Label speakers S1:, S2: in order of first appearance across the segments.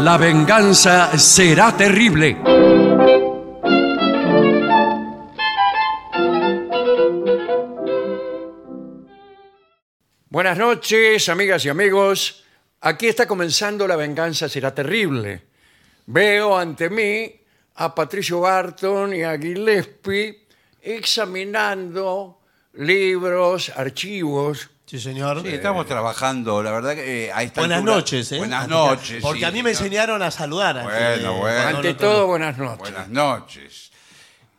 S1: La venganza será terrible. Buenas noches, amigas y amigos. Aquí está comenzando La venganza será terrible. Veo ante mí a Patricio Barton y a Gillespie examinando libros, archivos.
S2: Sí, señor. Eh,
S3: Sí, estamos trabajando, la verdad que eh, a esta
S2: Buenas
S3: altura-
S2: noches, ¿eh?
S3: Buenas
S2: Porque-
S3: noches.
S2: Porque
S3: sí,
S2: a mí me
S3: señor.
S2: enseñaron a saludar. así
S3: Bueno,
S2: que-
S3: bueno.
S2: cuando
S3: Ante
S2: no
S1: Ante
S2: te-
S1: todo, buenas noches.
S3: Buenas noches.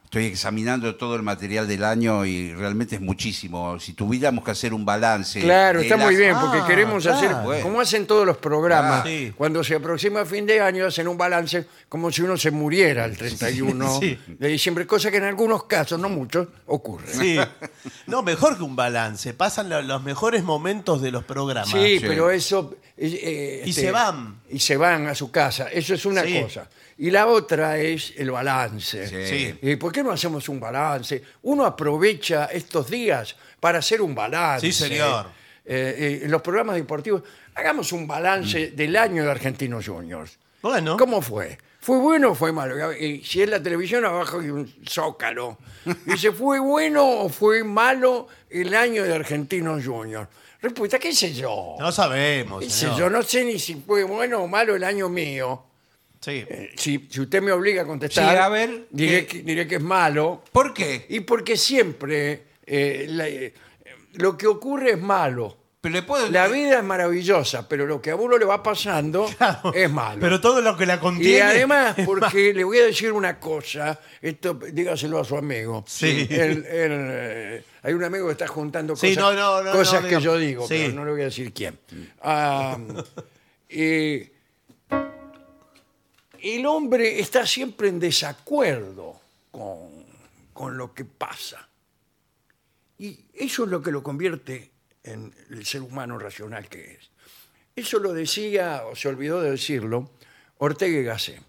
S3: Estoy examinando todo el material del año y realmente es muchísimo. Si tuviéramos que hacer un balance.
S1: Claro,
S3: de
S1: está
S3: las-
S1: muy bien, porque
S2: Ah,
S1: queremos
S2: claro.
S1: hacer,
S3: Bueno.
S1: como hacen todos los programas,
S2: Ah, sí.
S1: cuando se aproxima fin de año hacen un balance como si uno se muriera el 31
S2: Sí.
S1: de diciembre, cosa que en algunos casos, no muchos, ocurre. Sí,
S2: Sí. No, mejor que un balance. Pasan lo- los mejores momentos de los programas.
S3: sí.
S1: pero eso... eh, eh,
S2: Y se van.
S1: Y se van a su casa, eso es una
S2: Sí.
S1: cosa. Y la otra es el balance.
S3: Sí.
S2: Sí.
S1: ¿Y por qué no hacemos un balance? Uno aprovecha estos días para hacer un balance.
S2: Sí, señor.
S1: Eh, eh, en los programas deportivos, hagamos un
S2: Mm.
S1: balance del año de Argentinos Juniors.
S2: Bueno.
S1: ¿Cómo fue? ¿Fue bueno o fue malo? Y si es la televisión, abajo hay un zócalo. Dice, ¿fue bueno o fue malo el año de Argentinos Juniors? Respuesta, qué sé yo.
S2: No sabemos.
S1: ¿Qué sé
S2: señor.
S1: yo no sé ni si fue bueno o malo el año mío.
S2: Sí.
S1: Eh, Si, si usted me obliga a contestar,
S3: Sí, a ver,
S1: diré,
S3: eh,
S1: que, diré que es malo.
S3: ¿Por qué?
S1: Y porque siempre eh, la- eh, lo que ocurre es malo.
S3: Pero le puedo.
S1: La vida es maravillosa, pero lo que a uno le va pasando
S2: Claro.
S1: es malo.
S2: Pero todo lo que la
S1: y
S2: contiene.
S1: además, porque le voy a decir una cosa, esto dígaselo a su amigo.
S2: Sí.
S1: El- el, eh, hay un amigo que está juntando
S2: Sí,
S1: cosas,
S2: no, no, no,
S1: cosas
S2: no,
S1: que
S2: diga-
S1: yo digo,
S2: Sí.
S1: pero no le voy a decir quién. Ah, y el hombre está siempre en desacuerdo con, con lo que pasa. Y eso es lo que lo convierte en el ser humano racional que es. Eso lo decía, o se olvidó de decirlo, Ortega y Gasset,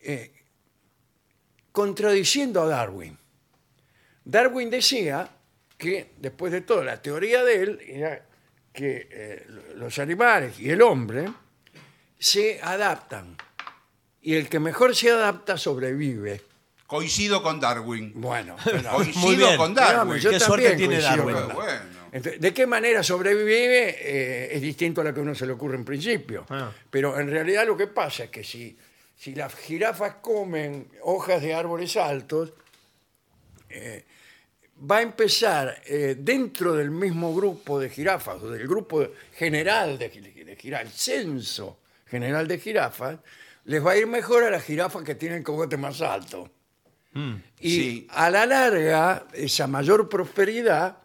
S1: eh, contradiciendo a Darwin. Darwin decía que, después de todo, la teoría de él era que eh, los animales y el hombre se adaptan y el que mejor se adapta sobrevive.
S3: Coincido con Darwin.
S1: Bueno, pero-
S2: Muy
S3: Coincido
S2: bien.
S3: con Darwin.
S1: Digamos, yo
S2: Qué suerte
S1: también
S2: tiene
S1: coincido
S2: Darwin.
S1: con
S3: Pero bueno.
S1: Entonces, ¿De qué manera sobrevive? Eh, es distinto a lo que a uno se le ocurre en principio.
S2: Ah.
S1: Pero en realidad lo que pasa es que si, si las jirafas comen hojas de árboles altos, eh, va a empezar eh, dentro del mismo grupo de jirafas, o del grupo general de, ji- de jirafas, el censo general de jirafas, les va a ir mejor a las jirafas que tienen el cogote más alto. Y
S3: Sí.
S1: a la larga, esa mayor prosperidad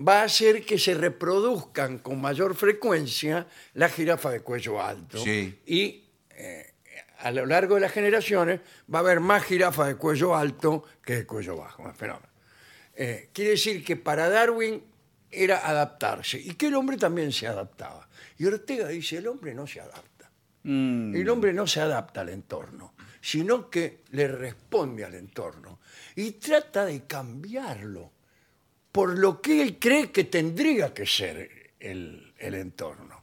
S1: va a hacer que se reproduzcan con mayor frecuencia la jirafa de cuello alto.
S3: Sí.
S1: Y eh, a lo largo de las generaciones va a haber más jirafa de cuello alto que de cuello bajo. Un fenómeno. Eh, quiere decir que para Darwin era adaptarse y que el hombre también se adaptaba. Y Ortega dice, el hombre no se adapta. El hombre no se adapta al entorno, sino que le responde al entorno y trata de cambiarlo por lo que él cree que tendría que ser el, el entorno.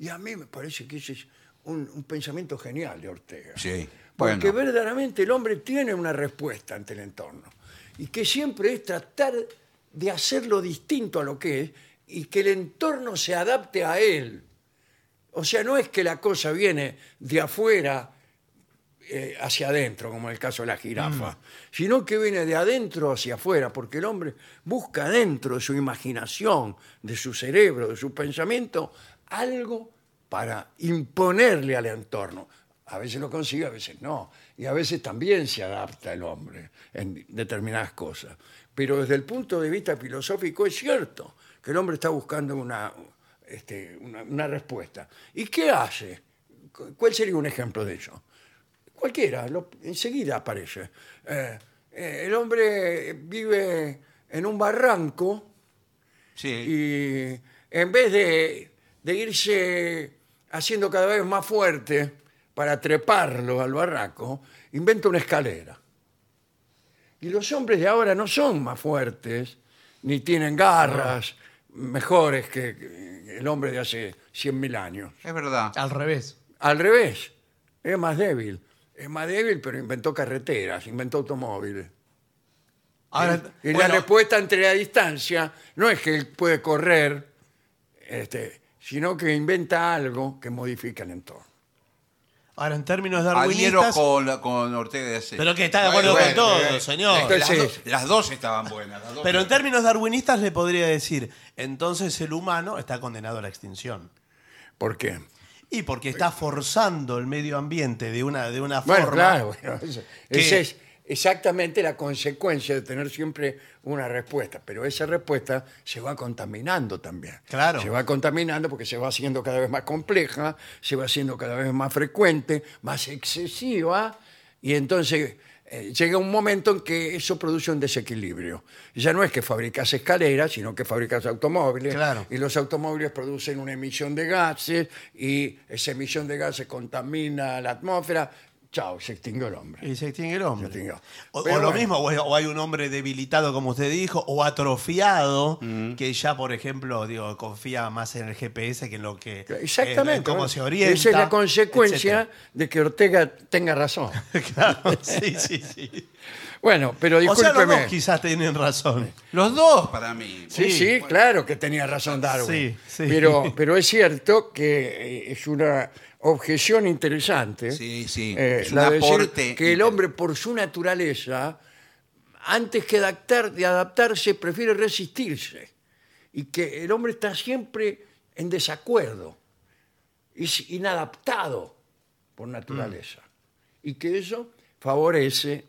S1: Y a mí me parece que ese es un, un pensamiento genial de Ortega.
S3: Sí,
S1: Porque
S3: bueno.
S1: verdaderamente el hombre tiene una respuesta ante el entorno. Y que siempre es tratar de hacerlo distinto a lo que es y que el entorno se adapte a él. O sea, no es que la cosa viene de afuera eh, hacia adentro, como en el caso de la jirafa, sino que viene de adentro hacia afuera, porque el hombre busca dentro de su imaginación, de su cerebro, de su pensamiento, algo para imponerle al entorno. A veces lo consigue, a veces no. Y a veces también se adapta el hombre en determinadas cosas. Pero desde el punto de vista filosófico es cierto que el hombre está buscando una, este, una, una respuesta. ¿Y qué hace? Cu- ¿Cuál sería un ejemplo de ello? Cualquiera, lo- enseguida aparece. Eh, eh, el hombre vive en un barranco
S3: Sí.
S1: y en vez de, de irse haciendo cada vez más fuerte para treparlo al barranco, inventa una escalera. Y los hombres de ahora no son más fuertes, ni tienen garras mejores que que el hombre de hace 100.000 años.
S3: Es verdad.
S4: Al revés.
S1: Al revés, Es más débil. Es más débil, pero inventó carreteras, inventó automóviles.
S2: Ahora,
S1: y la
S2: bueno,
S1: respuesta entre la distancia no es que él puede correr, este, sino que inventa algo que modifica el entorno.
S2: ahora, en términos
S3: Adhiero
S2: darwinistas.
S3: con, la- con Ortega y Gasset.
S2: Pero que está de acuerdo con todo, señor.
S3: Es que las,
S1: Entonces-
S3: do- las dos estaban buenas. las dos.
S2: Pero en términos darwinistas le podría decir, entonces el humano está condenado a la extinción.
S1: ¿Por qué?
S2: Y porque está forzando el medio ambiente de una, de una
S1: Bueno,
S2: forma.
S1: claro, bueno, eso-
S2: que-
S1: esa es exactamente la consecuencia de tener siempre una respuesta, pero esa respuesta se va contaminando también.
S2: Claro.
S1: Se va contaminando porque se va haciendo cada vez más compleja, se va haciendo cada vez más frecuente, más excesiva, y entonces eh, llega un momento en que eso produce un desequilibrio. Ya no es que fabricas escaleras, sino que fabricas automóviles,
S2: Claro.
S1: y los automóviles producen una emisión de gases y esa emisión de gases contamina la atmósfera. Chao, se extinguió el hombre.
S2: Y se extingue el
S1: Se
S2: hombre.
S1: extinguió.
S2: O, o
S1: Pero
S2: lo
S1: bueno.
S2: mismo, o, o hay un hombre debilitado, como usted dijo, o atrofiado,
S1: Mm.
S2: que ya, por ejemplo, digo, confía más en el GPS que en lo que.
S1: Exactamente.
S2: en- en cómo
S1: ¿no?
S2: eh, se orienta.
S1: Esa es la consecuencia
S2: etcétera.
S1: de que Ortega tenga razón.
S2: claro, sí, sí, sí.
S1: Bueno, pero
S2: O sea, los
S1: discúlpeme.
S2: dos quizás tienen razón.
S3: Los dos para mí.
S1: sí, sí, claro que tenía razón Darwin.
S2: Sí, sí.
S1: Pero, pero es cierto que eh, es una objeción interesante.
S3: Sí, sí,
S1: eh,
S3: es
S1: la
S3: un
S1: de decir
S3: aporte
S1: Que el
S3: inter-
S1: hombre, por su naturaleza, antes que adaptar, de adaptarse, prefiere resistirse. Y que el hombre está siempre en desacuerdo. es inadaptado por naturaleza.
S3: Mm.
S1: Y que eso favorece.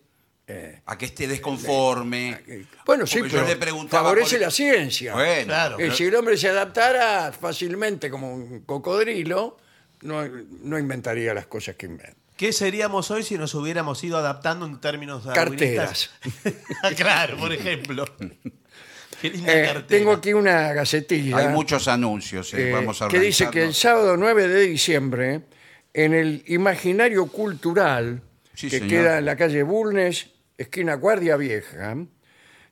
S1: eh,
S3: A que esté desconforme.
S1: bueno, sí,
S3: Porque yo
S1: pero
S3: le preguntaba
S1: favorece
S3: por-
S1: la ciencia.
S3: Bueno,
S2: Claro.
S1: Eh, si el hombre se adaptara fácilmente como un cocodrilo, no, no inventaría las cosas que inventa.
S2: ¿Qué seríamos hoy si nos hubiéramos ido adaptando en términos darwinistas? claro, por ejemplo. Qué linda
S1: Eh,
S2: cartera.
S1: tengo aquí una gacetilla
S3: hay muchos anuncios. eh,
S1: eh,
S3: vamos a
S1: que dice que el
S3: organizarnos.
S1: sábado 9 de diciembre, en el imaginario cultural
S3: Sí,
S1: que
S3: señor.
S1: queda en la calle Bulnes, esquina Guardia Vieja,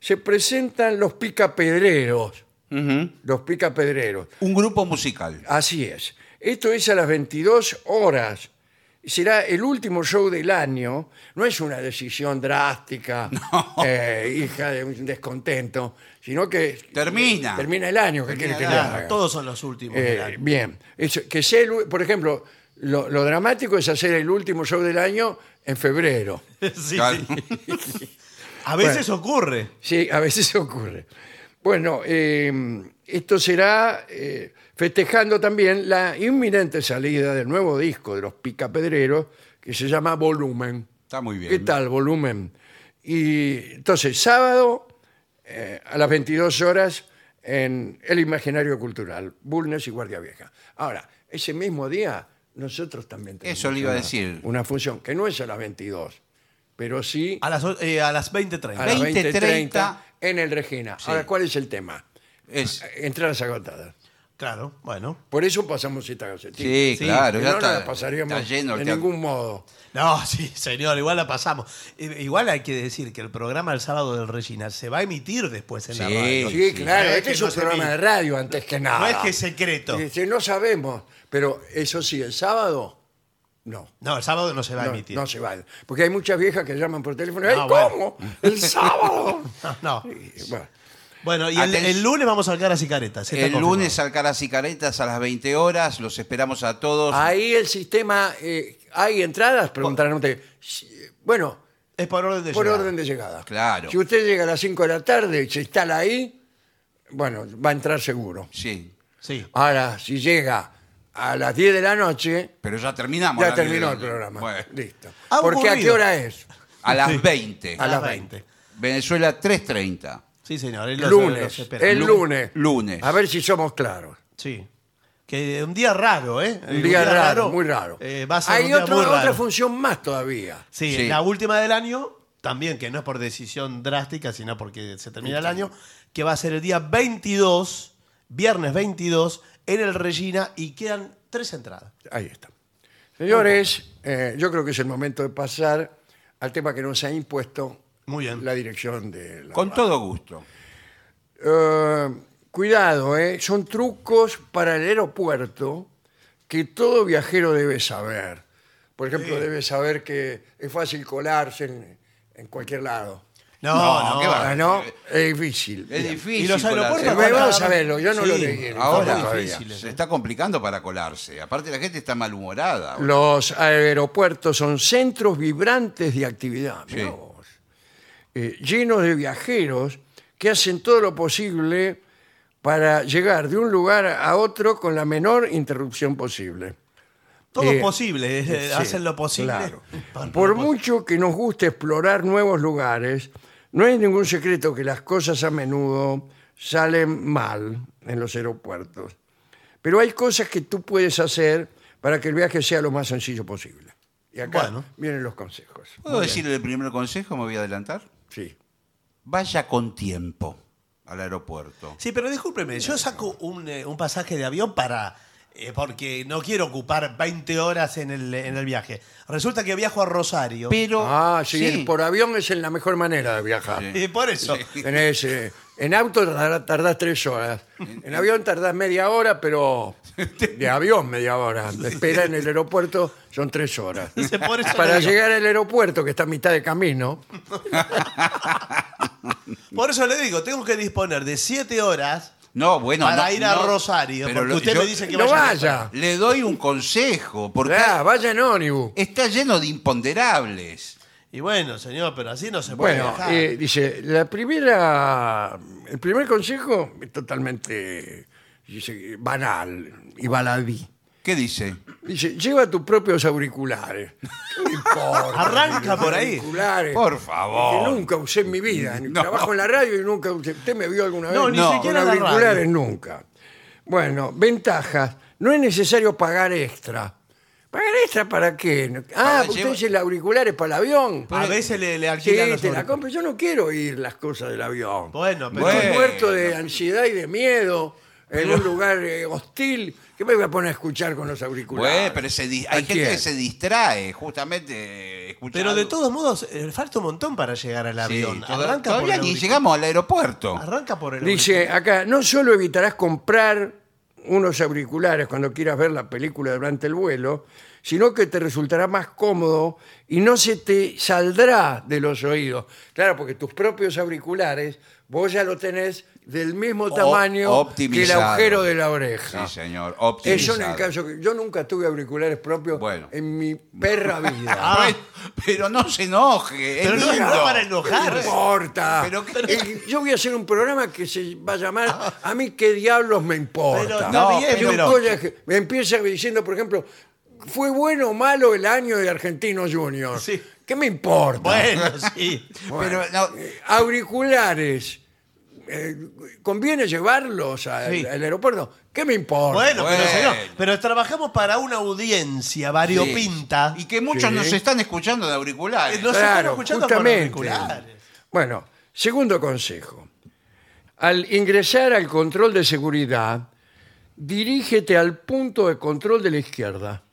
S1: se presentan los picapedreros.
S3: Ujú.
S1: Los picapedreros.
S3: Un grupo musical.
S1: Así es. Esto es a las 22 horas. Será el último show del año. No es una decisión drástica, eh, hija de un descontento, sino que
S3: Termina.
S1: termina el año. ¿Qué quiere que le
S2: Claro,
S1: haga?
S2: todos son los últimos.
S1: Eh,
S2: del año.
S1: bien. Eso, que sea el u- por ejemplo, lo, lo dramático es hacer el último show del año en febrero.
S2: Sí,
S3: Claro.
S2: sí. A veces ocurre.
S1: Sí, a veces ocurre. Bueno, eh, esto será eh, festejando también la inminente salida del nuevo disco de los Picapedreros, que se llama Volumen.
S3: Está muy bien.
S1: ¿Qué tal, Volumen? Y entonces, sábado eh, a las 22 horas en El Imaginario Cultural, Bulnes y Guardia Vieja. Ahora, ese mismo día, nosotros también tenemos
S3: Eso le iba a
S1: una-
S3: decir.
S1: una función que no es a las 22, pero sí
S2: A las, o- eh, a las 20.30.
S1: a las
S3: 20,
S1: 20.30 en el Regina.
S3: Sí.
S1: Ahora, ¿cuál es el tema? Eh,
S3: Es-
S1: Entradas agotadas.
S2: Claro, bueno.
S1: Por eso pasamos esta gacetilla.
S3: sí,
S2: Sí,
S3: claro.
S1: Si
S3: ya
S1: no, no
S3: está,
S1: la pasaríamos
S3: está lleno el
S1: de
S3: teatro.
S1: ningún modo.
S2: No, sí, señor, igual la pasamos. I- Igual hay que decir que el programa el sábado del Regina se va a emitir después en la
S3: Sí.
S2: radio.
S1: Sí,
S3: sí.
S1: claro,
S2: No es
S1: este
S2: que
S1: es
S2: no
S1: un
S2: se
S1: programa
S2: mide.
S1: de radio antes que nada.
S2: No es que es secreto.
S1: Dice, no sabemos, pero eso sí, el sábado, no.
S2: No, el sábado no se va a
S1: No,
S2: emitir.
S1: no se va. Porque hay muchas viejas que llaman por teléfono. ¡Ay,
S2: Ah, bueno.
S1: cómo! ¡El sábado!
S2: No.
S1: Y, bueno,
S2: Bueno, y el,
S3: Aten-
S2: el lunes vamos a sacar a Cicaretas. está
S3: El
S2: confirmado.
S3: lunes Alcaraz y Caretas a las 20 horas. Los esperamos a todos.
S1: ahí el sistema. eh, ¿Hay entradas? Preguntarán ustedes. Sí, Bueno,
S2: Es por orden de
S1: Por
S2: llegada.
S1: orden de llegada.
S3: Claro.
S1: Si usted llega a las 5 de la tarde y se instala ahí, bueno, va a entrar seguro.
S3: Sí.
S2: Sí.
S1: Ahora, si llega a las 10 de la noche,
S3: Pero ya terminamos.
S1: ya
S3: la-
S1: terminó el programa.
S3: Bueno,
S1: Listo.
S2: Ah,
S1: Porque a
S2: aburrido.
S1: qué hora es?
S3: a las 20.
S1: A las
S3: Venezuela 3.30.
S2: Sí, señor. El
S1: Lunes. El
S2: lunes.
S1: lunes.
S3: Lunes.
S1: A ver si somos claros.
S2: Sí. Que un día raro, ¿eh?
S1: Un día, raro, muy raro.
S2: Eh, va a ser
S1: Hay
S2: un día
S1: otro-
S2: muy raro.
S1: otra función más todavía.
S2: Sí,
S3: Sí.
S2: la última del año, también, que no es por decisión drástica, sino porque se termina el año, que va a ser el día 22, viernes 22, en el Regina, y quedan tres entradas.
S1: Ahí está. Señores, eh, yo creo que es el momento de pasar al tema que nos ha impuesto
S2: Muy bien.
S1: la dirección de la
S3: Con todo gusto.
S1: Eh, cuidado, eh, son trucos para el aeropuerto que todo viajero debe saber. Por ejemplo, debe saber que es fácil colarse en, en cualquier lado.
S2: No,
S3: No,
S2: no,
S3: qué va.
S1: Ah, ¿no?
S2: eh,
S1: Es difícil.
S3: Es
S1: Bien.
S3: difícil.
S2: Y los aeropuertos
S3: colarse.
S1: Pero
S2: ahora-
S1: vamos a verlo, yo no
S2: Sí,
S1: lo leí. no
S3: Ahora
S1: lo sabía.
S2: difícil.
S3: se está complicando para colarse. Aparte la gente está malhumorada. ahora.
S1: Los aeropuertos son centros vibrantes de actividad, mirá
S3: Sí.
S1: vos. Eh, llenos de viajeros que hacen todo lo posible para llegar de un lugar a otro con la menor interrupción posible.
S2: todo es
S1: Eh,
S2: posible, eh,
S1: Sí,
S2: hacen lo posible.
S1: claro.
S2: Para-
S1: Por mucho que nos guste explorar nuevos lugares, no es ningún secreto que las cosas a menudo salen mal en los aeropuertos. Pero hay cosas que tú puedes hacer para que el viaje sea lo más sencillo posible. Y acá
S2: Bueno.
S1: vienen los consejos.
S3: ¿Puedo decirle el primer consejo? Me voy a adelantar.
S1: Sí.
S3: Vaya con tiempo al aeropuerto.
S2: Sí, pero discúlpeme, yo saco un, eh, un pasaje de avión para. eh, porque no quiero ocupar 20 horas en el, en el viaje. Resulta que viajo a Rosario.
S3: Pero
S1: Ah, sí,
S3: sí,
S1: el por avión es la mejor manera de viajar.
S3: Sí.
S2: Y Eh, por eso.
S1: Tenés, eh, en auto tardás, tardás tres horas, en avión tardás media hora, pero de avión media hora. La espera en el aeropuerto son tres horas.
S2: Sí, por eso
S1: Para
S2: le digo.
S1: llegar al aeropuerto, que está a mitad de camino,
S2: Por eso le digo, tengo que disponer de 7 horas
S3: no, bueno,
S2: para
S3: no,
S2: ir a
S3: no,
S2: Rosario.
S3: pero
S2: Porque
S3: lo-
S2: usted
S3: yo Ah.
S2: me dice que
S1: no
S2: vaya.
S1: vaya.
S3: Le doy un consejo, porque
S1: Ah, vaya en
S2: Eh,
S1: ómnibus.
S3: está lleno de imponderables.
S2: Y bueno, señor, pero así no se puede
S1: Bueno,
S2: viajar.
S1: eh, dice, la primera, el primer consejo es totalmente dice, banal y baladí.
S3: ¿Qué dice?
S1: Dice, lleva tus propios auriculares. No me importa,
S2: Arranca
S1: los
S2: por ahí.
S1: auriculares
S3: Por
S1: Que
S3: favor.
S1: nunca usé en mi vida.
S3: No.
S1: Trabajo en la radio y nunca usé. ¿Usted me vio alguna vez?
S2: No, ni
S3: No.
S1: Con
S2: siquiera la
S1: auriculares
S2: radio.
S1: nunca. Bueno, ventajas. No es necesario pagar extra. ¿Pagar extra para qué? No- Ah,
S3: Para
S1: usted
S3: llevar-
S1: dice el auricular es para el avión.
S2: A veces le, le
S1: Sí,
S2: alquilan los
S1: te la
S2: auriculares.
S1: compro. Yo no quiero oír las cosas del avión.
S2: Bueno, pero.
S1: Estoy
S3: Bueno.
S1: muerto de ansiedad y de miedo en un lugar eh, hostil. ¿Qué me voy a poner a escuchar con los auriculares?
S3: Bueno, pero se di-
S1: ¿A
S3: hay gente
S1: quién?
S3: que se distrae justamente eh, escuchando.
S2: Pero de todos modos, eh, falta un montón para llegar al
S3: Sí,
S2: avión.
S3: toda-
S2: arranca por
S3: todavía
S2: el
S3: ni
S2: auric-
S3: llegamos al aeropuerto.
S2: Arranca por el
S1: Dice
S2: auric-
S1: acá, no solo evitarás comprar unos auriculares cuando quieras ver la película durante el vuelo, sino que te resultará más cómodo y no se te saldrá de los oídos. Claro, porque tus propios auriculares vos ya lo tenés del mismo tamaño que el
S3: optimizado.
S1: agujero de la oreja.
S3: Sí, señor.
S1: Eso
S2: Eh,
S3: optimizado.
S1: en el caso que yo nunca tuve auriculares propios
S3: Bueno.
S1: en mi perra vida.
S3: Ah, pero no se enoje. es
S2: Pero no es
S3: lindo.
S2: nada para
S1: No
S2: enojarse.
S1: importa.
S3: Pero qué-
S1: Eh, Yo voy a hacer un programa que se va a llamar A mí qué diablos me importa.
S2: Ah. Pero
S3: No,
S2: está bien,
S1: Son
S2: pero-
S1: cosas que me empieza diciendo, por ejemplo, ¿fue bueno o malo el año de Argentino Junior?
S2: Sí.
S1: ¿Qué me importa?
S2: Ah, Bueno, sí.
S1: Bueno,
S3: Pero no-
S1: eh, auriculares. eh, ¿Conviene llevarlos al,
S2: Sí.
S1: al aeropuerto? ¿Qué me importa?
S2: Bueno,
S3: Bueno.
S2: Pero, señor, pero trabajamos para una audiencia variopinta.
S3: Y que muchos
S1: Sí.
S3: nos están escuchando de auriculares.
S2: Eh, No- Nos están escuchando con auriculares.
S1: Bueno, segundo consejo. Al ingresar al control de seguridad, dirígete al punto de control de la izquierda.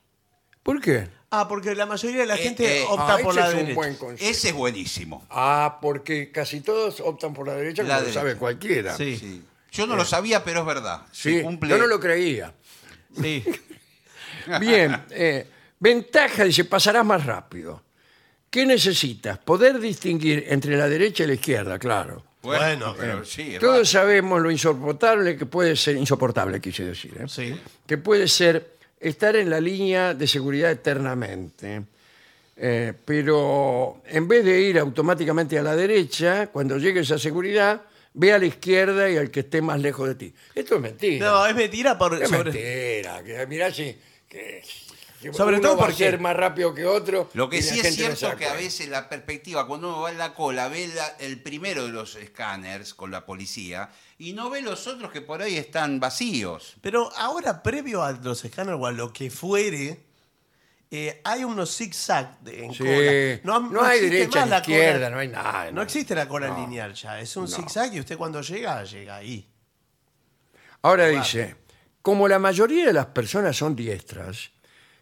S1: ¿Por qué?
S2: Ah, porque la mayoría de la
S3: Eh,
S2: gente
S3: eh,
S2: opta
S1: Ah,
S2: por
S1: ese
S2: la
S1: es un
S2: derecha. Eh.
S1: buen consejo.
S3: Ese es buenísimo.
S1: Ah, porque casi todos optan por la derecha,
S3: La
S1: como lo
S3: derecha.
S1: sabe cualquiera.
S2: Sí, sí.
S3: Sí. Yo no lo sabía, pero es verdad.
S1: Sí,
S3: Se cumple.
S1: yo no lo creía. Bien, eh, ventaja, dice, pasarás más rápido. ¿Qué necesitas? Poder distinguir entre la derecha y la izquierda, claro.
S2: Bueno,
S3: pero
S2: eh,
S3: sí. es
S1: Todos sabemos lo insoportable que puede ser, insoportable quise decir, ¿eh?
S2: Sí.
S1: que puede ser estar en la línea de seguridad eternamente, Eh, pero en vez de ir automáticamente a la derecha, cuando llegues a seguridad, ve a la izquierda y al que esté más lejos de ti. Esto es mentira.
S2: No, es mentira por
S1: es
S2: sobre-
S1: mentira. Que, mirá si... que- que
S2: Sobre
S1: uno
S2: todo
S1: va a
S2: porque-
S1: ser más rápido que otro.
S3: Lo que
S1: y la
S3: sí es
S1: gente no se
S3: cierto
S1: da
S3: que a
S1: cuenta.
S3: veces la perspectiva, cuando uno va en la cola, ve la- el primero de los escáneres con la policía y no ve los otros que por ahí están vacíos.
S2: Pero ahora, previo a los escáneres o a lo que fuere, eh, hay unos zigzag de- en
S1: Sí.
S2: cola.
S1: No hay
S2: existe
S1: derecha
S2: más
S1: ni
S2: la cola-
S1: izquierda, no hay nada, no.
S2: No existe la cola lineal ya. Es un zigzag y usted cuando llega, llega ahí.
S1: Ahora dice, como la mayoría de las personas son diestras,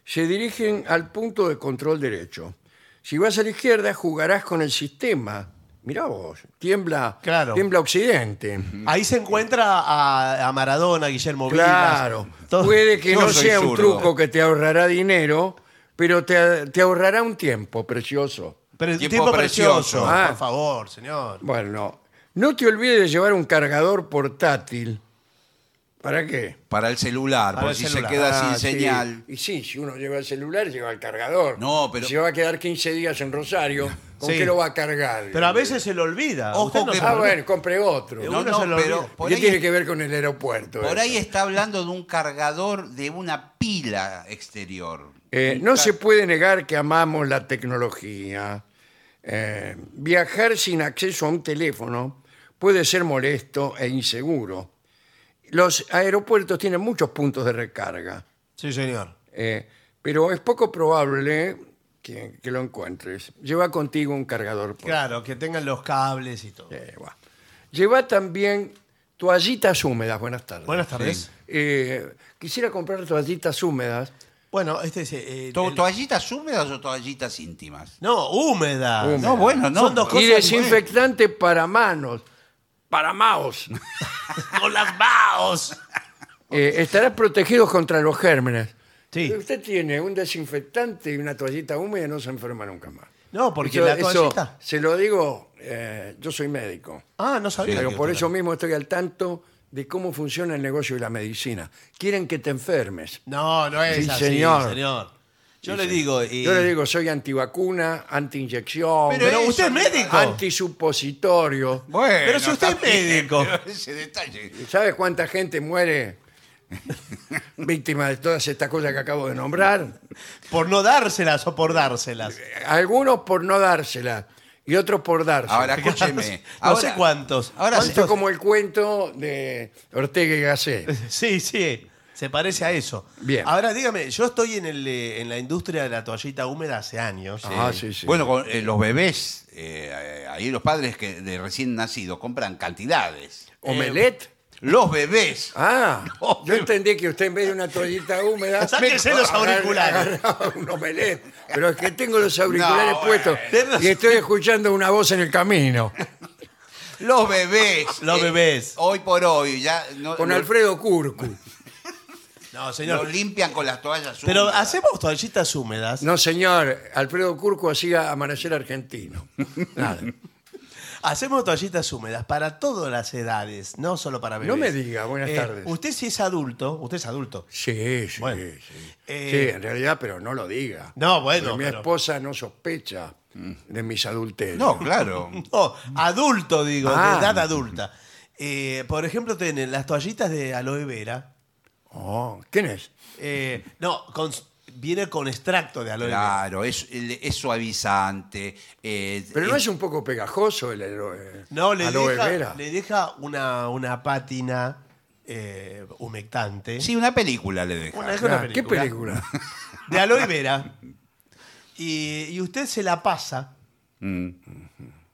S1: se dirigen al punto de control derecho. Si vas a la izquierda, jugarás con el sistema. Mirá vos, tiembla,
S2: Claro.
S1: tiembla Occidente.
S2: Ahí se encuentra a, a Maradona, Guillermo Vilas,
S1: Claro.
S2: todo-
S1: Puede que
S3: Yo
S1: no
S3: soy
S1: sea un
S3: zurdo.
S1: truco que te ahorrará dinero, pero te, te ahorrará un tiempo precioso.
S2: Pero el
S3: Tiempo
S2: tiempo precioso,
S3: precioso.
S1: Ah.
S2: por favor, señor.
S1: Bueno, no te olvides de llevar un cargador portátil. ¿Para qué?
S3: Para el celular,
S2: Para
S3: por
S2: el
S3: si
S2: celular.
S3: se queda
S1: Ah,
S3: sin
S1: sí.
S3: señal.
S1: Y sí, si uno lleva el celular, lleva el cargador.
S3: No, pero-
S1: Se va a quedar 15 días en Rosario, ¿con
S2: Sí.
S1: qué lo va a cargar?
S2: Pero a veces se lo olvida.
S3: Ojo
S2: Usted no
S3: que-
S2: se
S1: Ah,
S2: lo-
S1: bueno, compre otro.
S2: Uno
S3: No,
S2: se
S3: no,
S2: lo
S3: pero
S2: olvida.
S3: por
S1: ¿Qué
S3: ahí,
S1: tiene que ver con el aeropuerto?
S3: por
S1: eso?
S3: ahí está hablando de un cargador de una pila exterior.
S1: Eh, no se puede negar que amamos la tecnología. Eh, viajar sin acceso a un teléfono puede ser molesto e inseguro. Los aeropuertos tienen muchos puntos de recarga,
S2: Sí, señor.
S1: eh, pero es poco probable que, que lo encuentres. Lleva contigo un cargador. por-
S2: Claro, que tengan los cables y todo.
S1: Eh, bueno. Lleva también toallitas húmedas. Buenas tardes.
S2: Buenas tardes.
S3: Sí.
S1: Eh, quisiera comprar toallitas húmedas.
S2: Bueno, este es. eh,
S3: To-
S2: el-
S3: ¿Toallitas húmedas o toallitas íntimas?
S2: No, húmeda.
S1: Húmeda.
S3: No, bueno, no.
S2: Son dos
S1: Y
S2: cosas
S1: desinfectante para manos. Para maos.
S2: con las manos.
S1: Eh, estarás protegido contra los gérmenes.
S2: Sí.
S1: Usted tiene un desinfectante y una toallita húmeda y no se enferma nunca más.
S2: No, porque
S1: Yo
S2: la
S1: eso
S2: toallita.
S1: se lo digo, eh, yo soy médico.
S2: Ah, no sabía.
S3: Sí,
S1: Pero
S3: que
S1: por
S3: usted
S1: eso mismo estoy al tanto de cómo funciona el negocio de la medicina. Quieren que te enfermes.
S2: No, no es
S1: Sí,
S2: así,
S1: señor.
S2: señor. Yo le digo. eh,
S1: Yo le digo, soy antivacuna, antiinyección,
S2: Pero
S1: anti-
S2: usted es médico.
S1: antisupositorio.
S3: Bueno,
S2: Pero si usted es
S3: está bien,
S2: médico.
S3: pero Ese detalle.
S1: ¿Sabes cuánta gente muere víctima de todas estas cosas que acabo de nombrar?
S2: Por no dárselas o por dárselas.
S1: Algunos por no dárselas y otros por dárselas.
S3: Ahora, escúcheme.
S2: No
S3: ahora-
S2: sé cuántos.
S3: Ahora
S1: Esto es como el cuento de Ortega y Gasset.
S2: Sí, sí. Se parece a eso.
S1: Bien.
S2: Ahora dígame, yo estoy en, el, eh, en la industria de la toallita húmeda hace años.
S1: Ah, sí, sí.
S3: Bueno, con, eh, los bebés, eh, eh, ahí los padres que de recién nacidos compran cantidades.
S1: ¿Omelette?
S3: Los bebés.
S1: Ah,
S3: No,
S1: yo entendí que usted en vez de una toallita húmeda...
S2: Sáquese los
S1: agar-
S2: auriculares.
S1: agarraba un omelette. Pero es que tengo los auriculares
S3: No,
S1: puestos
S2: bueno.
S1: y estoy escuchando una voz en el camino.
S3: Los bebés. eh,
S2: Los bebés.
S3: Hoy por hoy, ya. No,
S1: Con
S3: no-
S1: Alfredo Curcu.
S2: No,
S3: Lo
S2: señor.
S3: limpian con las toallas
S2: Pero
S3: húmedas.
S2: hacemos toallitas húmedas.
S1: No, señor. Alfredo Curco hacía Amanecer Argentino. Nada.
S2: Hacemos toallitas húmedas para todas las edades, no solo para bebés. Eh,
S1: No me diga, buenas tardes.
S2: Usted si es adulto, usted es adulto.
S1: Sí, sí,
S2: Bueno,
S1: sí.
S2: eh,
S1: Sí, en realidad, pero no lo diga.
S2: No, bueno,
S1: Porque Mi
S2: pero-
S1: esposa no sospecha de mis adulterios.
S3: No, claro.
S2: No, adulto digo,
S1: Ah.
S2: de edad adulta. Eh, por ejemplo, tienen las toallitas de aloe vera.
S1: Oh, ¿Quién es?
S2: eh, no, con- viene con extracto de aloe vera.
S3: Claro, es, es suavizante. eh,
S1: Pero no es un poco pegajoso el aloe,
S2: No, le
S1: aloe
S2: deja,
S1: vera?
S2: le deja una, una pátina eh, humectante.
S3: Sí, una película le deja.
S2: Una- es
S1: Ah,
S2: una
S1: ¿Qué película?
S2: De aloe vera. Y, y usted se la pasa.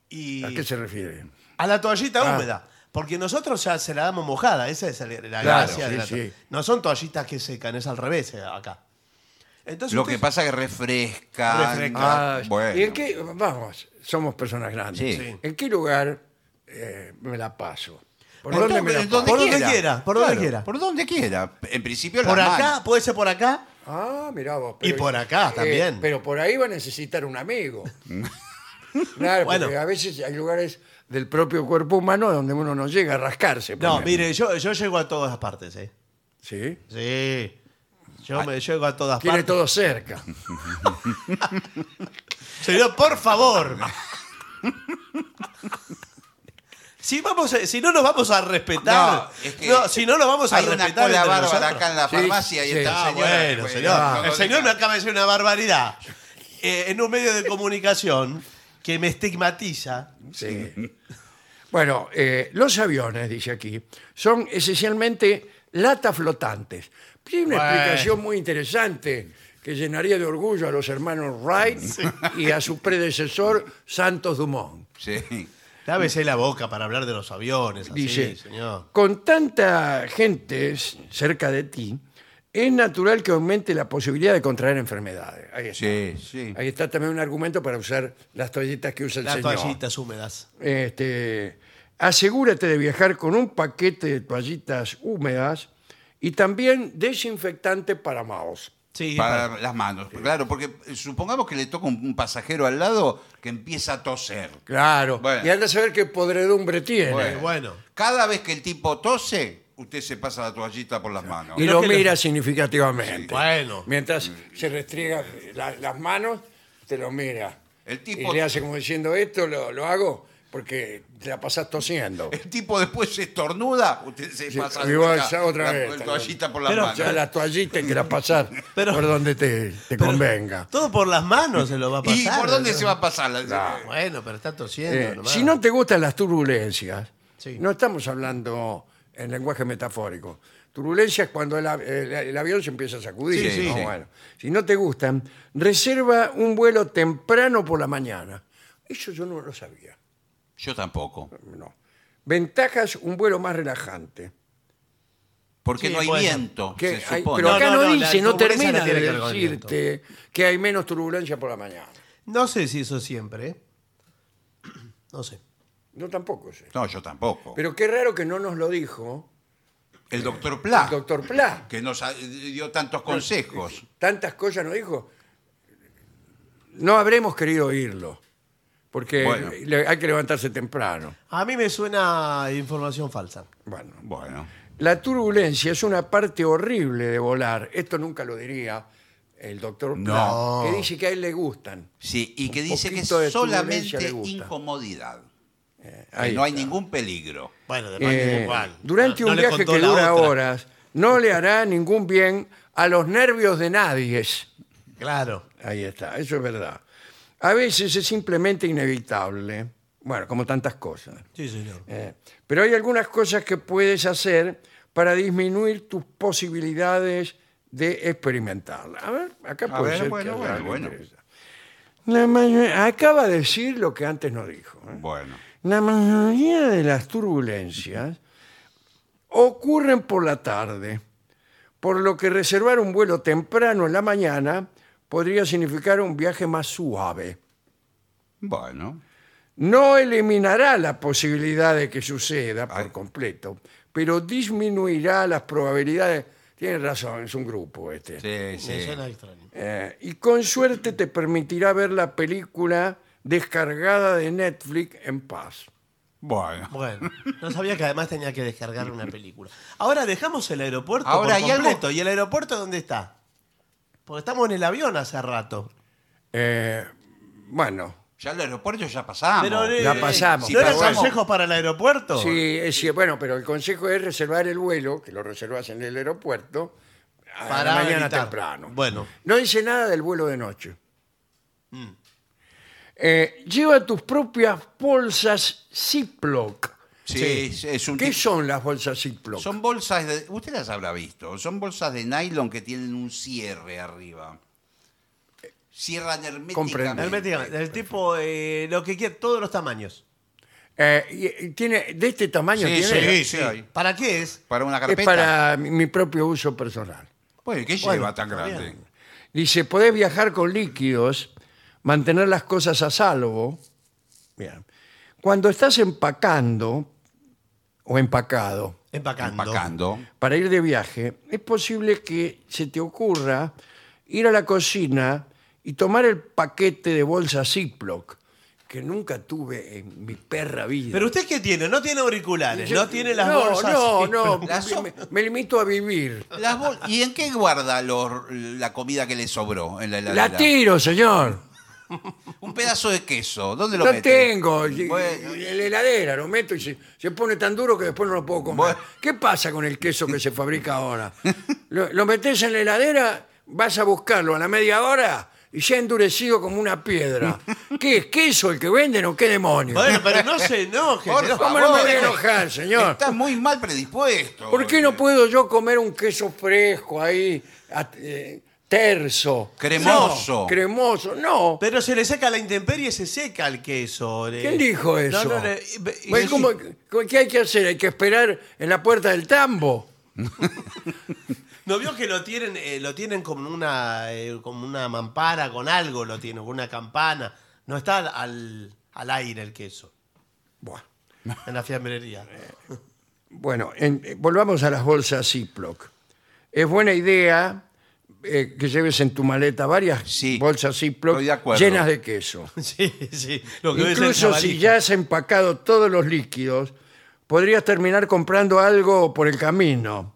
S2: Y
S1: Mm. ¿A qué se refiere?
S2: A la toallita
S1: Ah.
S2: húmeda. Porque nosotros ya se la damos mojada, esa es la la
S1: Claro,
S2: gracia.
S1: sí,
S2: de la to-
S1: sí.
S2: No son toallitas que secan, es al revés eh, acá. Entonces,
S3: Lo
S2: usted-
S3: que pasa es que refresca.
S2: Refresca.
S1: Ah,
S3: bueno.
S1: ¿Y en qué? Vamos, somos personas grandes.
S3: Sí.
S2: Sí.
S1: ¿En qué lugar eh, me la paso? ¿Por
S3: Entonces,
S1: dónde me la
S3: en
S1: paso?
S2: Por donde quiera, por donde
S3: Claro,
S2: quiera.
S3: Por donde quiera. En principio
S2: por
S3: las
S2: acá,
S3: manos.
S2: puede ser por acá.
S1: Ah, mirá vos. eh,
S2: Y por acá también.
S1: Pero por ahí va a necesitar un amigo. claro,
S2: Bueno.
S1: porque a veces hay lugares del propio cuerpo humano donde uno no llega a rascarse.
S2: No,
S1: ponele.
S2: mire, yo, yo llego a todas partes, ¿eh?
S1: ¿Sí?
S2: Sí. Yo me llego a todas
S1: Ah, Tiene
S2: partes.
S1: todo cerca.
S2: Señor, por favor. Si, vamos a- si no nos vamos a respetar,
S3: No, es que
S2: no, si no nos vamos a
S3: Hay una
S2: respetar.
S3: cola
S2: entre
S3: bárbara
S2: nosotros.
S3: acá en la pues,
S1: Sí,
S3: farmacia y
S1: sí.
S3: está
S2: Ah,
S3: el señor.
S2: bueno, señor. Ah,
S1: no,
S2: el señor me acaba de decir una barbaridad. Eh, en un medio de comunicación que me estigmatiza.
S1: Sí. Bueno, eh, los aviones, dice aquí, son esencialmente latas flotantes. Tiene una
S2: Bueno.
S1: explicación muy interesante que llenaría de orgullo a los hermanos Wright y a su predecesor Santos Dumont.
S3: Sí.
S2: Lávese la boca para hablar de los aviones. Así,
S1: Dice,
S2: señor.
S1: con tanta gente s- cerca de ti, es natural que aumente la posibilidad de contraer enfermedades. Ahí está,
S3: Sí, sí.
S1: Ahí está también un argumento para usar las toallitas que usa el
S2: Las
S1: señor.
S2: toallitas húmedas.
S1: Este, asegúrate de viajar con un paquete de toallitas húmedas y también desinfectante para mouse.
S2: Sí,
S3: para
S2: para-
S3: las manos. Claro, porque eh, supongamos que le toca un, un pasajero al lado que empieza a toser.
S1: Claro.
S3: Bueno.
S1: Y anda a saber qué podredumbre tiene.
S2: Bueno. bueno.
S3: Cada vez que el tipo tose, usted se pasa la toallita por las manos.
S1: Y
S2: No
S1: lo
S2: que lo-
S1: mira significativamente.
S2: Bueno. Mm.
S1: Mientras se restriega la- las manos, te lo mira.
S3: El tipo-
S1: Y le hace como diciendo, esto lo, lo hago porque te la pasás tosiendo.
S3: El tipo después se estornuda, usted se
S1: Sí,
S3: pasa
S1: y
S3: la,
S1: vas a otra
S3: la-
S1: vez,
S3: la
S1: tal
S3: toallita por
S2: Pero
S3: las
S1: Ya
S3: manos.
S1: la toallita hay que la pasar
S2: Pero-
S1: por donde te, te
S2: Pero
S1: convenga.
S2: Todo por las manos se lo va a pasar.
S3: ¿Y por dónde
S2: ¿no?
S3: se va a pasar? la-
S2: Bueno, pero está tosiendo.
S1: Eh,
S2: nomás.
S1: si no te gustan las turbulencias,
S2: Sí.
S1: no estamos hablando en lenguaje metafórico. Turbulencias cuando el, a- el- el avión se empieza a sacudir.
S2: Sí, sí,
S1: ¿no?
S3: sí.
S1: Bueno, si no te gustan, reserva un vuelo temprano por la mañana. Eso yo no lo sabía.
S3: Yo tampoco.
S1: No. Ventajas, un vuelo más relajante.
S3: Porque
S2: Sí,
S3: no hay
S2: bueno.
S3: viento,
S1: Que
S3: se
S1: hay-
S3: supone.
S1: pero
S2: No,
S1: acá
S2: no,
S1: no,
S2: no, la
S1: dice, no
S2: turbulencia
S1: termina
S2: no
S1: de
S2: tiene que ver con el
S1: decirte que hay menos turbulencia por la mañana.
S2: No sé si eso siempre, ¿eh? No sé.
S1: No tampoco sé.
S3: No, yo tampoco.
S1: Pero qué raro que no nos lo dijo
S3: el doctor Pla,
S1: el doctor Pla. eh,
S3: que nos ha- dio tantos consejos.
S1: tantas cosas nos dijo, no habremos querido oírlo, porque
S3: Bueno.
S1: le- hay que levantarse temprano.
S2: A mí me suena información falsa.
S1: Bueno,
S3: Bueno,
S1: la turbulencia es una parte horrible de volar. Esto nunca lo diría el doctor Pla,
S3: No.
S1: que dice que a él le gustan.
S3: sí, y que
S1: Un
S3: dice que es
S1: poquito de turbulencia
S3: solamente
S1: le gusta.
S3: incomodidad, que
S1: Ahí
S3: no hay
S1: está.
S3: ningún peligro.
S2: Bueno,
S1: Eh,
S2: depende de cuál.
S1: durante
S2: No- no
S1: un
S2: le
S1: viaje
S2: contó
S1: que
S2: la
S1: dura
S2: otra.
S1: horas, no le hará ningún bien a los nervios de nadie.
S2: Claro.
S1: Ahí está, eso es verdad. A veces es simplemente inevitable, bueno, como tantas cosas.
S2: Sí, señor.
S1: Eh, pero hay algunas cosas que puedes hacer para disminuir tus posibilidades de experimentarla. A ver, acá
S3: A
S1: puede
S3: ver,
S1: ser
S3: bueno,
S1: que
S3: bueno,
S1: algo
S3: bueno.
S1: interesa. La mayo- acaba de decir lo que antes no dijo. ¿eh?
S3: Bueno,
S1: La mayoría de las turbulencias ocurren por la tarde, por lo que reservar un vuelo temprano en la mañana podría significar un viaje más suave
S3: bueno.
S1: no eliminará la posibilidad de que suceda por
S3: Ay.
S1: completo, pero disminuirá las probabilidades. Tienes razón, es un grupo este.
S3: Sí,
S2: Me
S3: sí.
S2: suena extraño.
S1: Eh, y con suerte te permitirá ver la película descargada de Netflix en paz.
S3: Bueno.
S2: Bueno, no sabía que además tenía que descargar una película. Ahora dejamos el aeropuerto
S3: Ahora,
S2: por
S3: ¿y algo?
S2: completo. ¿Y el aeropuerto dónde está? Porque estamos en el avión hace rato.
S1: Eh, bueno,
S3: Ya al aeropuerto ya pasamos.
S2: eh,
S1: Ya pasamos.
S2: ¿No
S1: Si
S2: eran
S1: pasamos-
S2: consejos para el aeropuerto?
S1: sí, es cier- bueno, pero el consejo es reservar el vuelo, que lo reservas en el aeropuerto, a
S2: Para
S1: la mañana
S2: evitar.
S1: temprano.
S2: Bueno.
S1: No dice nada del vuelo de noche.
S3: Mm.
S1: Eh, lleva tus propias bolsas Ziploc.
S3: Sí, es un
S1: ¿Qué
S3: tipo-
S1: son las bolsas Ziploc?
S3: Son bolsas de. Usted las habrá visto. Son bolsas de nylon que tienen un cierre arriba. Cierran herméticamente.
S1: Comprendo.
S2: Herméticamente. El tipo, eh, lo que quiera, todos los tamaños.
S1: Eh, y- y tiene, ¿De este tamaño
S3: Sí,
S1: tiene?
S3: sí, sí. hay.
S2: ¿Para qué es?
S3: Para una carpeta.
S1: Es para mi, mi propio uso personal.
S3: Bueno, ¿qué lleva
S2: Bueno,
S3: tan
S2: está
S3: grande?
S2: bien.
S1: Dice, podés viajar con líquidos, mantener las cosas a salvo. Bien. Cuando estás empacando o empacado,
S2: Empacando.
S3: Empacando.
S1: para ir de viaje, es posible que se te ocurra ir a la cocina y tomar el paquete de bolsa Ziploc, que nunca tuve en mi perra vida.
S2: ¿Pero usted qué tiene? No tiene auriculares,
S1: Yo-
S2: no tiene las
S1: no,
S2: bolsas.
S1: No,
S2: sí,
S1: no,
S2: pero-
S3: Las-
S1: me, me limito a vivir.
S3: Las bol- ¿Y en qué guarda los- la comida que le sobró en la heladera?
S1: La tiro, señor.
S3: Un pedazo de queso. ¿Dónde lo
S1: No
S3: mete?
S1: tengo. Y-
S3: Bueno,
S1: y En la heladera lo meto y se, se pone tan duro que después no lo puedo comer.
S3: Bueno.
S1: ¿Qué pasa con el queso que se fabrica ahora? Lo, lo metes en la heladera, vas a buscarlo a la media hora y ya endurecido como una piedra. ¿Qué es queso el que venden o qué demonios?
S2: Bueno, pero no se enoje.
S3: Por
S2: señor.
S1: ¿Cómo no me voy
S3: favor,
S1: a
S3: deje-
S1: enojar, señor?
S3: Está muy mal predispuesto.
S1: ¿Por qué no puedo yo comer un queso fresco ahí, a- eh, terso?
S3: Cremoso.
S1: No, cremoso, no.
S2: Pero se le saca la intemperie y se seca el queso. le-
S1: ¿Quién dijo eso?
S2: No, eh, no, le- y-
S1: Bueno,
S2: y-
S1: ¿cómo- ¿Qué hay que hacer? ¿Hay que esperar en la puerta del tambo?
S2: ¿No vio que lo tienen, eh, lo tienen como una, eh, como una mampara con algo, lo tienen, con una campana? No está al- al, al aire el queso,
S1: Buah.
S2: en la fiambrería.
S1: Bueno, en- eh, volvamos a las bolsas Ziploc. Es buena idea eh, que lleves en tu maleta varias
S3: Sí,
S1: bolsas Ziploc
S3: estoy de acuerdo.
S1: llenas de queso.
S2: Sí, sí. Lo que hoy es el
S1: Incluso si
S2: jabalí.
S1: ya has empacado todos los líquidos, podrías terminar comprando algo por el camino.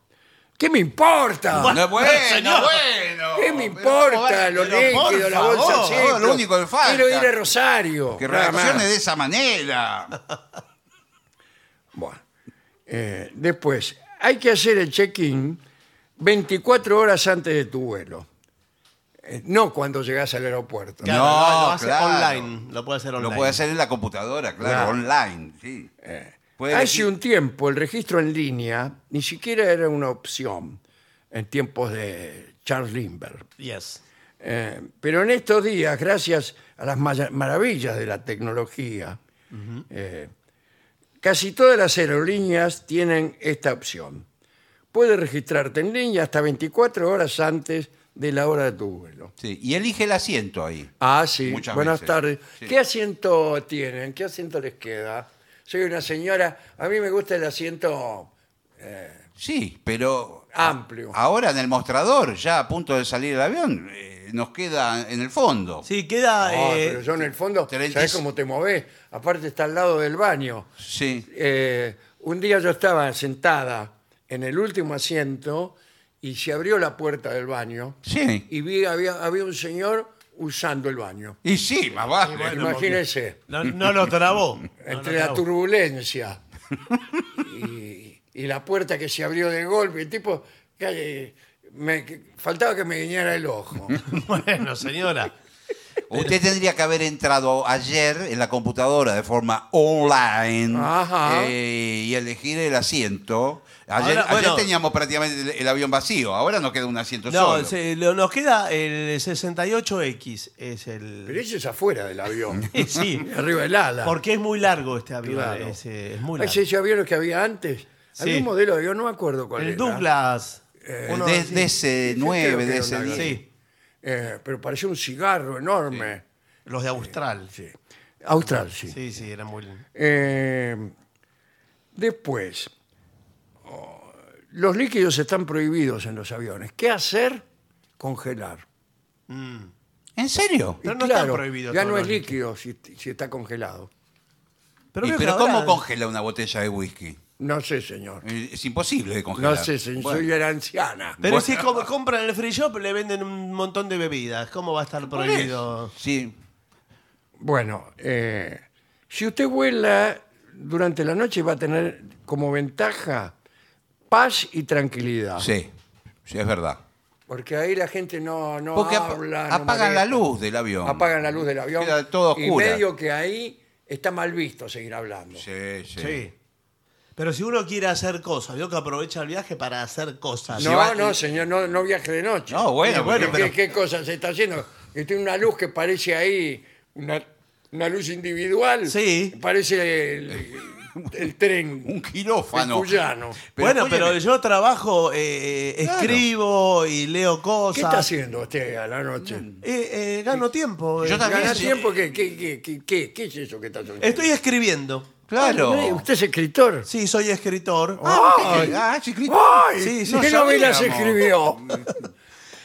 S1: ¿Qué me importa?
S3: No, bueno,
S2: señor.
S3: bueno.
S1: ¿Qué me
S3: Pero,
S1: importa?
S3: joder,
S1: Los
S3: pero por
S1: líquidos, la bolsa
S3: favor,
S1: Ziploc.
S3: Lo único que falta.
S1: Quiero ir a Rosario.
S3: Que
S1: nada más.
S3: reaccione de esa manera.
S1: Bueno. Eh, después, hay que hacer el check-in 24 horas antes de tu vuelo. Eh, no cuando llegas al aeropuerto.
S2: Claro,
S3: No,
S2: lo, lo hace
S3: claro.
S2: online. Lo puede hacer online.
S3: Lo puede hacer en la computadora, claro, online, sí. Puede
S1: Hace
S3: elegir-
S1: Eh. un tiempo el registro en línea ni siquiera era una opción en tiempos de Charles Lindbergh.
S2: Yes.
S1: Eh, pero en estos días, gracias a las maya- maravillas de la tecnología, eh, casi todas las aerolíneas tienen esta opción. Puedes registrarte en línea hasta 24 horas antes de la hora de tu vuelo.
S3: Sí, Y elige el asiento ahí.
S1: Ah, sí.
S3: Muchas
S1: Buenas
S3: veces.
S1: tardes.
S3: Sí.
S1: ¿Qué asiento tienen? ¿Qué asiento les queda? Soy una señora, a mí me gusta el asiento
S3: Sí, pero.
S1: Amplio.
S3: Ahora en el mostrador, ya a punto de salir el avión, eh, nos queda en el fondo.
S2: Sí, queda.
S1: Ah,
S2: eh,
S1: pero yo en el fondo,
S3: treinta y
S1: ¿sabes
S3: c-
S1: cómo te movés? Aparte está al lado del baño.
S3: Sí.
S1: Eh, un día yo estaba sentada en el último asiento y se abrió la puerta del baño
S3: Sí.
S1: y vi había, había un señor usando el baño.
S3: Y sí, más vale.
S1: Imagínense,
S2: No, no lo trabó. No lo
S1: entre la
S2: trabó.
S1: turbulencia y, y la puerta que se abrió de golpe, el tipo, que- eh, me, que- faltaba que me guiñara el ojo.
S2: Bueno, señora.
S3: Usted tendría que haber entrado ayer en la computadora de forma online
S1: Ajá.
S3: eh, y elegir el asiento. Ayer,
S2: Ahora,
S3: ayer
S2: bueno.
S3: teníamos prácticamente el, el avión vacío, ahora nos queda un asiento
S2: No,
S3: solo.
S2: se- lo- nos queda el 68X. Es
S1: Pero
S2: el.
S1: eso es afuera del avión,
S2: Sí.
S1: arriba del ala.
S2: Porque es muy largo este avión.
S1: Claro.
S2: ese, es muy largo.
S1: Ese aviones que había antes.
S2: Sí.
S1: Había un modelo de avión, no me acuerdo cuál
S2: el
S1: era.
S2: Douglas.
S3: El
S1: Eh,
S2: Uno
S3: D-
S2: así.
S1: Yo creo que
S3: DC9,
S1: era una-
S3: DC10.
S2: Sí,
S1: Eh, pero parecía un cigarro enorme.
S2: los de Austral.
S1: Sí. Austral, sí.
S2: Sí, sí, era muy.
S1: Eh, después, oh, los líquidos están prohibidos en los aviones. ¿Qué hacer? Congelar.
S3: ¿En serio?
S1: Y
S2: Pero no están prohibidos
S1: ya
S2: todos
S1: no es
S2: los
S1: líquido si, si está congelado.
S3: ¿Y
S2: veo que
S3: pero
S2: ahora-
S3: ¿cómo congela una botella de whisky?
S1: No sé, señor.
S3: Eh, Es imposible de congelar.
S1: No sé, señor.
S3: Bueno.
S1: Soy era anciana.
S2: Pero
S3: Bueno.
S2: si com- compran en el free shop le venden un montón de bebidas. ¿Cómo va a estar
S3: Por eso.
S2: prohibido?
S3: Sí.
S1: Bueno, eh, si usted vuela durante la noche va a tener como ventaja paz y tranquilidad.
S3: Sí, sí, es verdad.
S1: Porque ahí la gente no, no
S3: Porque ap-
S1: habla. no
S3: apagan la
S1: molesta.
S3: luz del avión.
S1: Apagan la luz del avión.
S3: Queda todo
S1: y
S3: oscura.
S1: medio que ahí está mal visto seguir hablando.
S3: Sí, sí.
S2: Pero si uno quiere hacer cosas, veo que aprovecha el viaje para hacer cosas.
S1: No,
S3: Si va-
S1: no, señor, no, no viaje de noche.
S3: No, bueno,
S1: ¿Qué,
S3: bueno,
S1: qué- qué cosa se está haciendo? Que tiene una luz que parece ahí una, una luz individual.
S2: Sí.
S1: Parece el, el tren.
S3: Un quirófano.
S1: Cuyano.
S2: bueno, pero
S3: escúcheme,
S2: yo trabajo, eh, eh,
S3: Claro.
S2: escribo y leo cosas.
S1: ¿Qué está haciendo usted a la noche?
S2: Eh, eh, gano tiempo.
S3: Yo
S2: eh.
S3: también.
S1: ¿Gana
S3: sí.
S1: tiempo? ¿Qué, qué, qué, qué, qué- qué es eso que está haciendo?
S2: Estoy escribiendo.
S3: Claro.
S1: Ah, ¿Usted es escritor?
S2: Sí, soy escritor.
S3: Ah, sí, ah, sí, Cristo.
S1: ¡Ay!
S2: Sí, sí,
S1: ¿Qué
S3: no
S1: novelas
S3: sabíamos.
S1: escribió?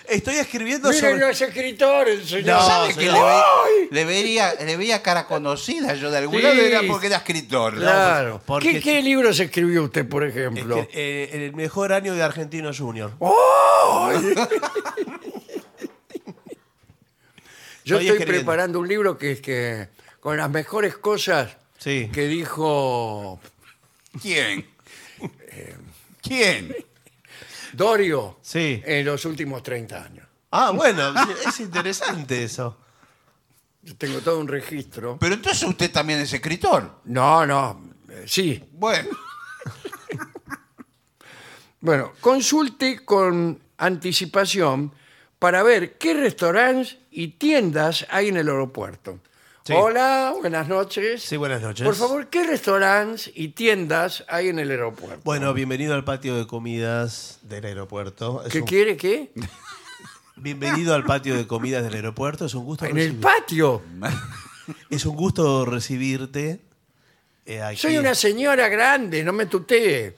S2: Estoy escribiendo
S1: Miren
S2: sobre...
S1: los escritores, señor.
S2: No,
S3: ¿Sabe
S2: sí.
S3: que le,
S2: señor.
S3: ve-
S1: ¡Ay!
S3: le vería, le veía cara conocida yo de algún
S1: Sí.
S3: lado? Era porque era escritor.
S1: Claro.
S2: pues, porque-
S1: ¿Qué, qué libros escribió usted, por ejemplo? Oh,
S2: Es que, eh, el mejor año de Argentino Junior.
S1: ¡Ay! Yo estoy
S2: Estoy escribiendo.
S1: preparando un libro que es que con las mejores cosas
S2: Sí.
S1: que dijo
S3: ¿Quién?
S1: Eh.
S3: ¿Quién?
S1: Dorio
S2: Sí.
S1: en los últimos 30 años.
S2: Ah, bueno, es interesante eso.
S1: Yo tengo todo un registro.
S3: Pero entonces usted también es escritor.
S1: No, no, eh, sí.
S3: Bueno,
S1: Bueno, consulte con anticipación para ver qué restaurantes y tiendas hay en el aeropuerto.
S2: Sí.
S1: Hola, buenas noches.
S2: Sí, buenas noches.
S1: Por favor, ¿qué restaurantes y tiendas hay en el aeropuerto?
S2: Bueno, bienvenido al patio de comidas del aeropuerto. Es
S1: ¿Qué
S2: un-
S1: quiere qué?
S2: Bienvenido al patio de comidas del aeropuerto. Es un gusto,
S1: En el
S2: recibir-
S1: patio.
S2: es un gusto recibirte. eh, aquí.
S1: Soy una señora grande, no me tutee.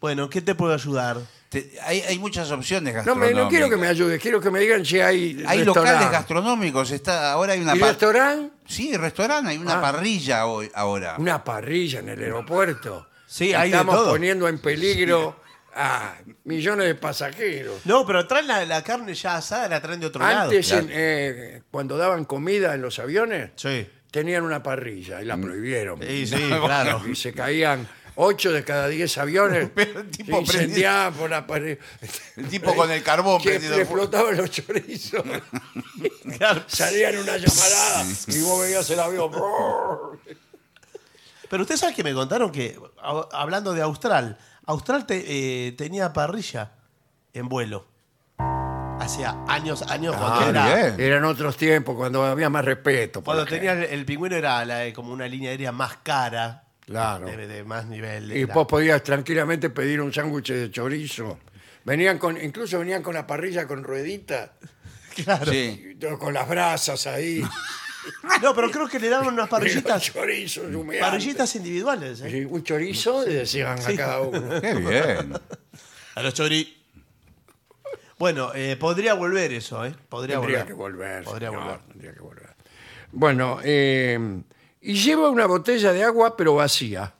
S2: Bueno, ¿qué te puedo ayudar?
S3: Te- hay, hay muchas
S1: No,
S3: opciones
S1: me,
S3: gastronómicas.
S1: no quiero que me ayudes, quiero que me digan si hay.
S3: Hay locales gastronómicos, está, ahora hay una
S1: ¿Y
S3: par-
S1: restaurante?
S3: Sí, restaurante, hay una
S1: Ah.
S3: parrilla hoy, ahora.
S1: Una parrilla en el aeropuerto.
S2: Sí, hay de
S1: Estamos
S2: todo.
S1: poniendo en peligro a millones de pasajeros.
S2: No, pero traen la, la carne ya asada, la traen de otro
S1: Antes,
S2: lado.
S1: en, eh, cuando daban comida en los aviones,
S2: Sí.
S1: tenían una parrilla y la prohibieron.
S2: Sí, sí, claro.
S1: Y se caían ocho de cada diez aviones.
S3: Pero el tipo
S1: se incendiaban por la parrilla.
S3: El tipo con el carbón
S1: Que
S3: prendido
S1: le
S3: fuego.
S1: explotaban los chorizos.
S2: Claro.
S1: Salían una llamarada y vos veías el avión.
S2: Pero usted sabe que me contaron que, a- hablando de Austral, Austral te- eh, tenía parrilla en vuelo. Hacía años, años, cuando,
S3: Ah,
S2: era-
S3: bien.
S1: Eran otros tiempos cuando había más respeto. por
S2: cuando
S1: la gente.
S2: tenía el, el pingüino era la- eh, como una línea aérea más cara,
S1: Claro.
S2: de, de más nivel.
S1: Y
S2: era-
S1: vos podías tranquilamente pedir un sándwich de chorizo. Venían con, incluso venían con la parrilla con rueditas,
S2: claro.
S3: Sí.
S1: y todo con las brasas ahí,
S2: No, pero creo que le daban unas
S1: parrillitas,
S2: parrillitas,
S1: chorizos humeantes.
S2: parrillitas individuales. ¿eh?
S1: Sí, Un chorizo le decían a cada uno.
S3: Qué bien.
S2: A los chori. Bueno, eh, podría volver eso, ¿eh? Podría
S1: Tendría
S2: volver.
S1: que volver.
S2: Podría
S1: señor,
S2: volver.
S1: tendría que volver. Bueno, eh, y lleva una botella de agua, pero vacía.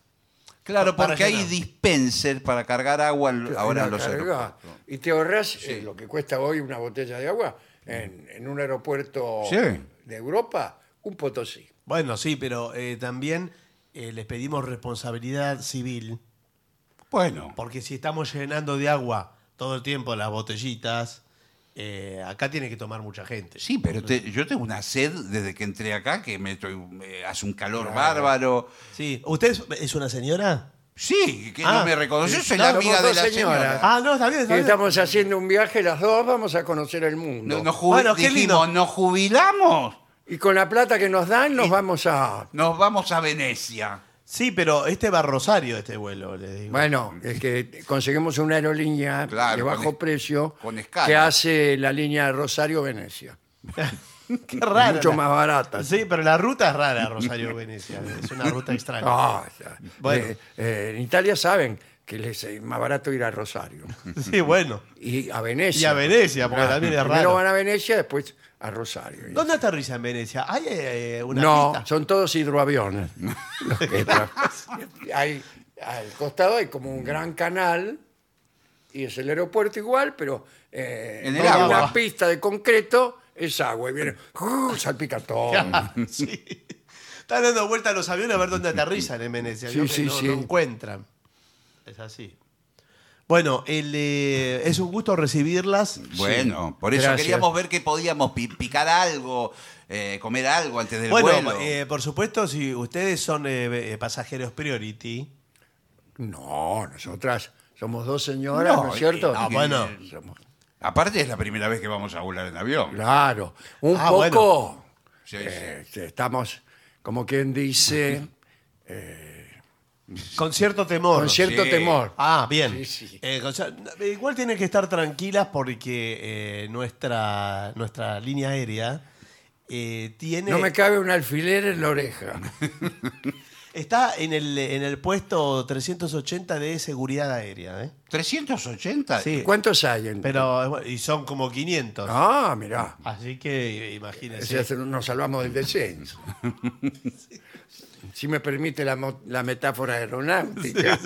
S3: Claro,
S2: Para
S3: porque hay
S2: llenar.
S3: dispenser para cargar agua en- ahora
S1: La
S3: en los
S1: carga.
S3: aeropuertos.
S1: Y te ahorras eh, lo que cuesta hoy una botella de agua en, en un aeropuerto
S3: Sí.
S1: de Europa, un potosí.
S2: Bueno, sí, pero eh, también eh, les pedimos responsabilidad civil,
S3: Bueno,
S2: porque si estamos llenando de agua todo el tiempo las botellitas, eh, acá tiene que tomar mucha gente.
S3: sí, pero te- yo tengo una sed desde que entré acá que me, estoy- me hace un calor bárbaro.
S2: Sí. ¿Usted es, es una señora?
S3: Sí, que
S2: Ah,
S3: no me reconoció,
S2: sí,
S3: soy
S1: claro,
S3: la amiga
S1: vos
S3: de la
S1: dos
S3: señora.
S1: señoras.
S2: Ah, no, está bien, está
S1: Que
S2: bien.
S1: estamos haciendo un viaje, las dos vamos a conocer el mundo.
S3: No- nos jubi-
S2: Bueno, qué lindo.
S3: dijimos, ¿nos jubilamos?
S1: Y con la plata que nos dan nos vamos a...
S3: Nos vamos a Venecia.
S2: Sí, pero este va a Rosario, este vuelo, le digo.
S1: Bueno, es que conseguimos una aerolínea
S3: Claro,
S1: de
S3: con
S1: bajo
S3: es-
S1: precio
S3: con escala.
S1: que hace la línea Rosario-Venecia.
S2: Qué raro.
S1: Mucho
S2: la-
S1: más barata.
S2: Sí, pero la ruta es rara, Rosario-Venecia. es una ruta extraña.
S1: Ah, ya.
S2: Bueno.
S1: Eh, eh, en Italia saben que les es más barato ir a Rosario
S2: Sí, bueno.
S1: y a Venecia.
S2: Y a Venecia, porque
S1: Claro,
S2: también es
S1: Primero
S2: raro.
S1: van a Venecia, después a Rosario.
S2: ¿Dónde aterriza en Venecia? ¿Hay eh, una
S1: No,
S2: pista?
S1: son todos hidroaviones. Los que tra- hay, al costado hay como un gran canal y es el aeropuerto igual, pero eh,
S3: En el
S1: donde hay
S3: agua.
S1: una pista de concreto es agua y viene, ¡uh! salpica todo.
S2: sí. Están dando vuelta a los aviones a ver dónde aterrizan en Venecia.
S1: Sí,
S2: Vio que
S1: sí,
S2: no,
S1: sí.
S2: no encuentran. Es así. Bueno, el, eh, es un gusto recibirlas.
S3: Bueno, por eso
S1: Gracias.
S3: queríamos ver que podíamos pi- picar algo, eh, comer algo antes del
S2: Bueno,
S3: vuelo.
S2: eh, por supuesto, si ustedes son eh, eh, pasajeros priority.
S1: No, nosotras somos dos señoras,
S3: No,
S1: ¿no es cierto?
S3: eh, ah,
S2: bueno.
S1: Somos-
S3: Aparte es la primera vez que vamos a volar en avión.
S1: Claro, un
S2: Ah,
S1: poco.
S3: Sí, sí.
S1: eh, estamos, como quien dice,
S2: Con cierto temor.
S1: con cierto
S3: Sí.
S1: temor.
S2: Ah, bien.
S1: Sí, sí.
S2: Eh, con cier- no, igual tienen que estar tranquilas porque eh, nuestra, nuestra línea aérea eh, tiene.
S1: No me cabe un alfiler en la oreja.
S2: Está en el, en el puesto 380 de seguridad aérea, ¿eh?
S3: 380.
S2: Sí,
S1: ¿Cuántos hay? en-
S2: pero eh, bueno, y son como 500.
S1: Ah, mirá.
S2: Así que eh,
S1: O
S2: imagínense.
S1: sea, se- nos salvamos del descenso. Si me permite la, mo- la metáfora aeronáutica.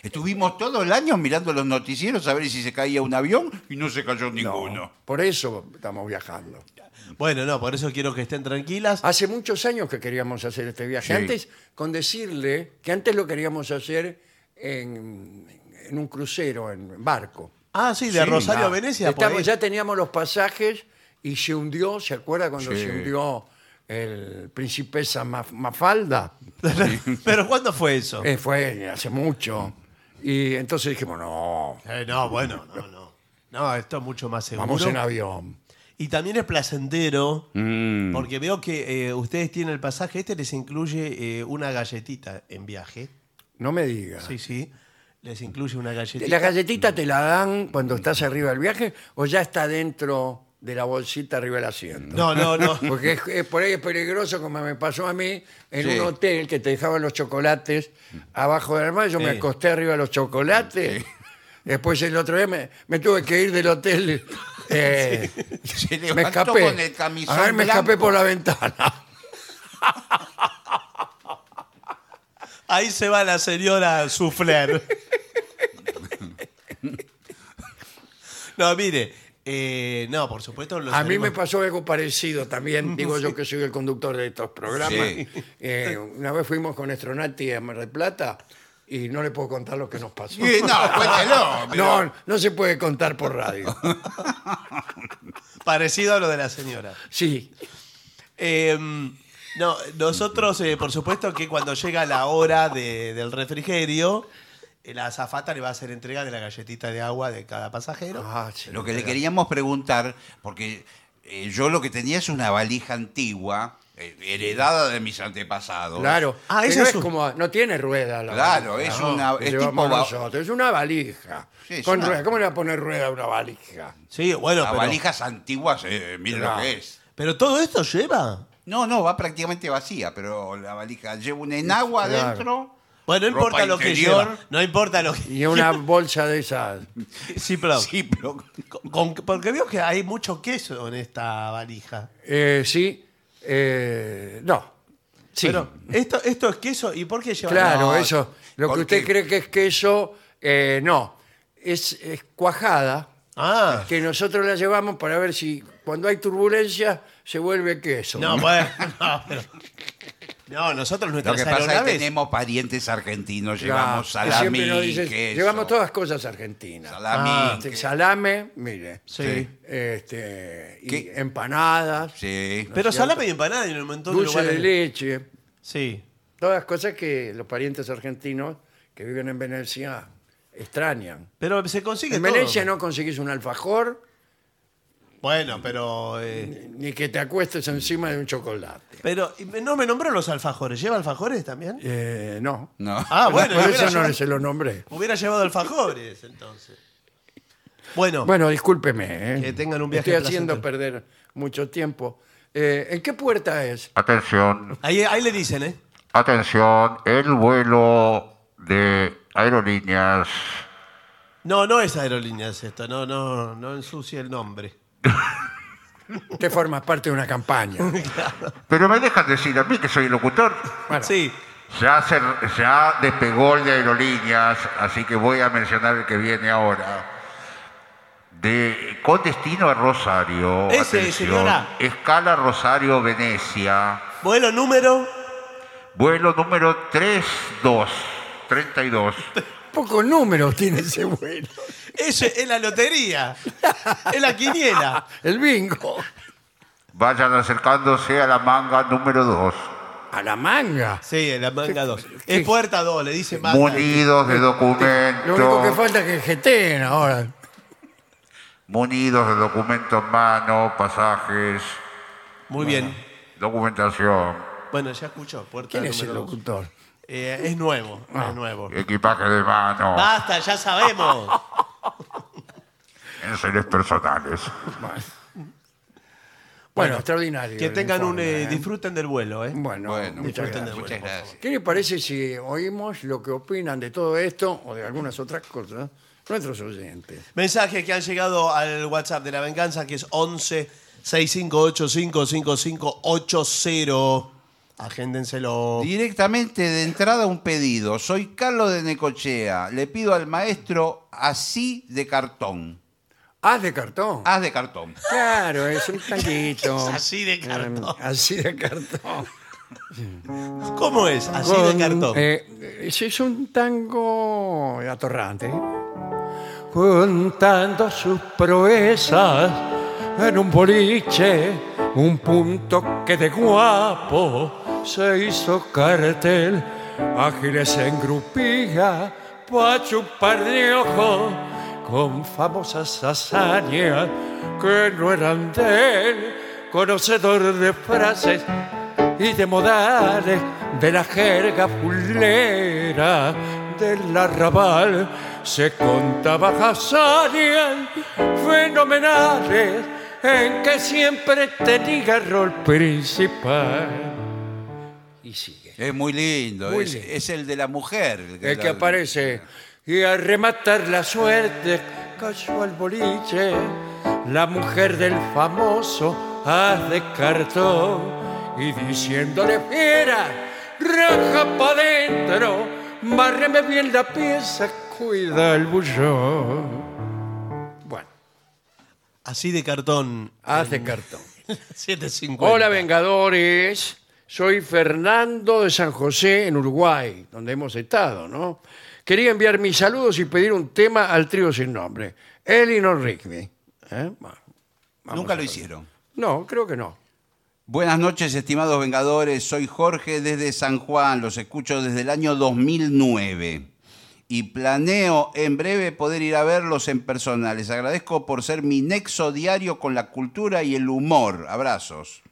S3: Estuvimos todo el año mirando los noticieros a ver si se caía un avión y no se cayó
S1: No,
S3: ninguno.
S1: por eso estamos viajando.
S2: Bueno, no, por eso quiero que estén tranquilas.
S1: Hace muchos años que queríamos hacer este viaje.
S3: Sí.
S1: Antes, con decirle que antes lo queríamos hacer en, en un crucero, en barco.
S2: Ah, sí, de
S3: Sí,
S2: Rosario
S3: ah,
S2: a Venecia. por
S1: Estamos-
S2: ahí.
S1: ya teníamos los pasajes y se hundió, ¿se acuerda cuando
S3: Sí.
S1: se hundió el Principesa Maf- Mafalda?
S2: pero ¿cuándo fue eso?
S1: Eh, fue hace mucho. Y entonces dijimos, no,
S2: Eh, no, bueno, no, no. No, esto es mucho más seguro.
S1: vamos en avión.
S2: Y también es placentero,
S1: Mm.
S2: porque veo que eh, ustedes tienen el pasaje, este les incluye eh, una galletita en viaje.
S1: No me digas.
S2: Sí, sí, les incluye una galletita.
S1: ¿La galletita te la dan cuando estás arriba del viaje o ya está dentro de la bolsita arriba del asiento?
S2: No, no, no.
S1: Porque es, es- por ahí es peligroso, como me pasó a mí en
S3: Sí.
S1: un hotel que te dejaban los chocolates abajo del armario. Yo me
S2: Sí.
S1: acosté arriba de los chocolates Después el otro día me, me tuve que ir del hotel. eh,
S3: Se
S1: me
S3: levantó
S1: escapé.
S3: con el camisón
S1: A ver, me
S3: blanco.
S1: escapé por la ventana.
S2: Ahí se va la señora a sufler. no, mire. eh, no, por supuesto. los
S1: A mí
S2: animales-
S1: me pasó algo parecido también, digo yo que soy el conductor de estos programas.
S3: Sí.
S1: Eh, una vez fuimos con Estronati a Mar del Plata y no le puedo contar lo que nos pasó.
S3: Y no, cuéntelo. pero-
S1: No, no se puede contar por radio.
S2: Parecido a lo de la señora.
S1: Sí,
S2: Eh, no, nosotros, eh, por supuesto, que cuando llega la hora de- del refrigerio, eh, la azafata le va a hacer entrega de la galletita de agua de cada pasajero.
S1: Ah, sí.
S3: Lo que le queríamos preguntar, porque eh, yo lo que tenía es una valija antigua, eh, heredada de mis antepasados.
S1: claro.
S2: Ah,
S1: Pero
S2: eso
S1: es
S2: es un-
S1: como, no tiene rueda. La
S3: Claro,
S1: valija,
S3: es
S1: ¿no?
S3: una-
S1: que
S3: es
S1: llevamos
S3: tipo va-
S1: nosotros, es una valija.
S3: Sí, es
S1: con
S3: una-
S1: rueda. ¿Cómo le va a poner rueda a una valija?
S2: Sí, bueno,
S3: Las
S2: pero,
S3: valijas antiguas, eh, miren
S1: Claro.
S3: lo que es.
S2: pero todo esto lleva.
S3: No, no, va prácticamente vacía, pero la valija lleva un enagua
S1: Claro.
S3: adentro.
S2: Bueno, no
S3: ropa
S2: importa lo que
S3: interior,
S2: lleva. No importa lo que.
S1: Y una bolsa de esas.
S2: Sí, pero.
S3: Ziploc.
S2: con- con- porque veo que hay mucho queso en esta valija.
S1: Eh, sí, eh, no. Sí.
S2: Pero esto, esto es queso. ¿Y por qué lleva?
S1: Claro,
S3: No,
S1: eso. Lo que
S3: porque-
S1: usted cree que es queso, eh, no. Es, es cuajada
S2: Ah.
S1: que nosotros la llevamos para ver si cuando hay turbulencia se vuelve queso.
S2: No, bueno. No, pero- no, nosotros
S3: Lo
S2: nuestras
S3: que pasa es que
S2: aeronaves-
S3: tenemos parientes argentinos,
S1: Claro,
S3: llevamos
S1: que
S3: salami,
S1: siempre nos dicen,
S3: queso,
S1: Llevamos todas cosas argentinas.
S3: salami,
S2: Ah,
S1: Este,
S3: que-
S1: salame, mire.
S2: Sí.
S1: Este, y
S3: ¿Qué?
S1: empanadas,
S3: sí.
S2: Pero salame y empanada en un montón
S1: dulce
S2: de
S1: de
S2: lugares.
S1: leche,
S2: Sí.
S1: todas cosas que los parientes argentinos que viven en Venecia extrañan.
S2: Pero se consigue
S1: En
S2: todo.
S1: Venecia no conseguís un alfajor
S2: Bueno, pero. eh,
S1: ni que te acuestes encima de un chocolate.
S2: pero y me- no me nombró los alfajores. ¿Lleva alfajores también?
S1: Eh, no.
S3: No.
S2: Ah, bueno,
S1: Por eso
S2: le hubiera,
S1: no
S2: llevado,
S1: se lo nombré.
S2: hubiera llevado alfajores entonces. Bueno,
S1: Bueno, discúlpeme. ¿eh?
S2: Que tengan un viaje
S1: Estoy haciendo
S2: placentero.
S1: perder mucho tiempo. Eh, ¿En qué puerta es?
S4: Atención,
S2: ahí, ahí le dicen, ¿eh?
S4: atención, el vuelo de aerolíneas
S2: No, no es aerolíneas esto, no, no, no ensucie el nombre.
S1: Usted forma parte de una campaña.
S4: Pero me dejan decir a mí que soy locutor.
S1: Bueno,
S2: Sí.
S4: Ya, se, ya despegó el de aerolíneas, así que voy a mencionar el que viene ahora. De, con destino a Rosario.
S2: Ese,
S4: atención,
S2: señora.
S4: Escala Rosario, Venecia.
S2: Vuelo número.
S4: Vuelo número 32. 32.
S1: Pocos números tiene ese vuelo.
S2: Ese es la lotería. Es la quiniela.
S1: El bingo.
S4: Vayan acercándose a la manga número 2.
S1: A la manga.
S2: Sí, es la manga 2. Es puerta 2, le dice manga.
S4: Munidos de
S1: Lo único que
S4: documentos.
S1: falta es que jeteen ahora.
S4: Munidos de documentos en mano, pasajes,
S2: Muy bien.
S4: documentación.
S2: Bueno, ya escuchó. Puerta
S1: ¿Quién es el
S2: número 2.
S1: locutor? Ah.
S2: es nuevo, es nuevo.
S4: Equipaje de mano.
S2: Basta, ya sabemos.
S4: Enseres personales.
S1: Bueno, extraordinario.
S2: Que
S1: el
S2: tengan un.
S1: informe,
S2: eh,
S1: ¿eh?
S2: disfruten del vuelo, ¿eh?
S1: Bueno,
S3: Bueno,
S1: muchas
S3: muchas
S1: gracias.
S3: gracias.
S2: Muchas
S1: ¿Qué les parece si oímos lo que opinan de todo esto o de algunas otras cosas nuestros oyentes?
S2: Mensajes que han llegado al WhatsApp de la venganza, que es 11 658 55580. Agéndenselo.
S3: Directamente de entrada un pedido. Soy Carlos de Necochea. Le pido al maestro así de cartón.
S1: Haz Ah, de cartón.
S3: Haz de cartón.
S1: Claro, es un tanguito.
S2: Es así de cartón.
S1: Eh, así de cartón.
S2: ¿Cómo es? Así de
S1: Con,
S2: cartón.
S1: eh, es, es un tango atorrante. Contando sus proezas en un boliche, un punto que de guapo se hizo cartel. Ágiles se engrupía pa' chupar de ojo con famosas hazañas que no eran de él. Conocedor de frases y de modales de la jerga fulera del arrabal se contaba hazañas fenomenales en que siempre tenía rol principal. Y sigue.
S3: Es muy lindo.
S1: Muy
S3: es,
S1: lindo.
S3: es el de la mujer.
S1: El que
S3: la-
S1: aparece y a rematar la suerte cayó al boliche la mujer del famoso haz de cartón y diciéndole fiera, raja pa' dentro, márreme bien la pieza, cuida el bullón. Bueno,
S2: Así de cartón.
S1: haz de cartón.
S2: 750.
S1: Hola Vengadores, soy Fernando de San José en Uruguay, donde hemos estado, ¿no? Quería enviar mis saludos y pedir un tema al trío sin nombre, Elinor Rigby. ¿Eh? Bueno, vamos
S3: Nunca
S1: a
S3: lo
S1: ver.
S3: hicieron.
S1: No, creo que no.
S3: Buenas noches, estimados Vengadores. Soy Jorge desde San Juan. Los escucho desde el año 2009. Y planeo en breve poder ir a verlos en persona. Les agradezco por ser mi nexo diario con la cultura y el humor. Abrazos.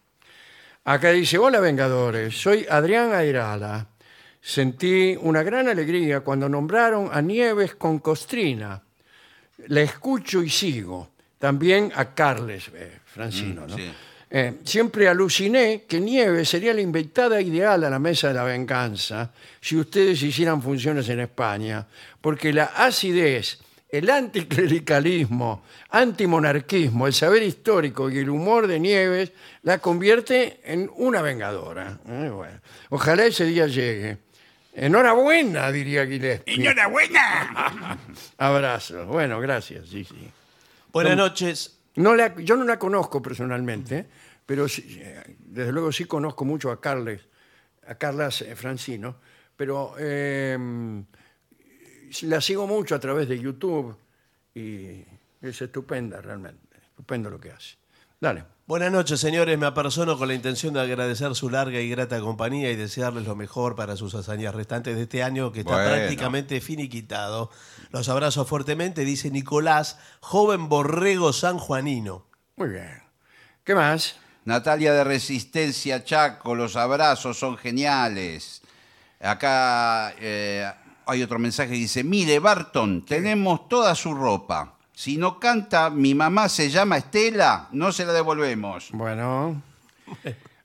S1: Acá dice, hola Vengadores, soy Adrián Airala. Sentí una gran alegría cuando nombraron a Nieves con Costrina. La escucho y sigo. También a Carles eh, Francino.
S3: Mm,
S1: ¿no?
S3: sí.
S1: Eh, siempre aluciné que Nieves sería la invitada ideal a la mesa de la venganza si ustedes hicieran funciones en España, porque la acidez, el anticlericalismo, antimonarquismo, el saber histórico y el humor de Nieves la convierte en una vengadora. Eh, bueno, ojalá ese día llegue. Enhorabuena, diría Gillespie.
S3: ¡Enhorabuena!
S1: Abrazos. Bueno, gracias. Sí, sí.
S2: Buenas noches.
S1: No la- yo no la conozco personalmente, pero sí, eh, desde luego sí conozco mucho a Carles, a Carlas eh, Francino, pero eh, la sigo mucho a través de YouTube y es estupenda realmente, estupendo lo que hace. Dale.
S2: Buenas noches, señores. Me apersono con la intención de agradecer su larga y grata compañía y desearles lo mejor para sus hazañas restantes de este año que está
S3: Bueno.
S2: prácticamente finiquitado. Los abrazo fuertemente, dice Nicolás, joven borrego sanjuanino.
S1: Muy bien. ¿Qué más?
S3: Natalia de Resistencia Chaco, los abrazos son geniales. Acá eh, hay otro mensaje que dice, mire Barton, tenemos toda su ropa. Si no canta, mi mamá se llama Estela, no se la devolvemos.
S1: Bueno.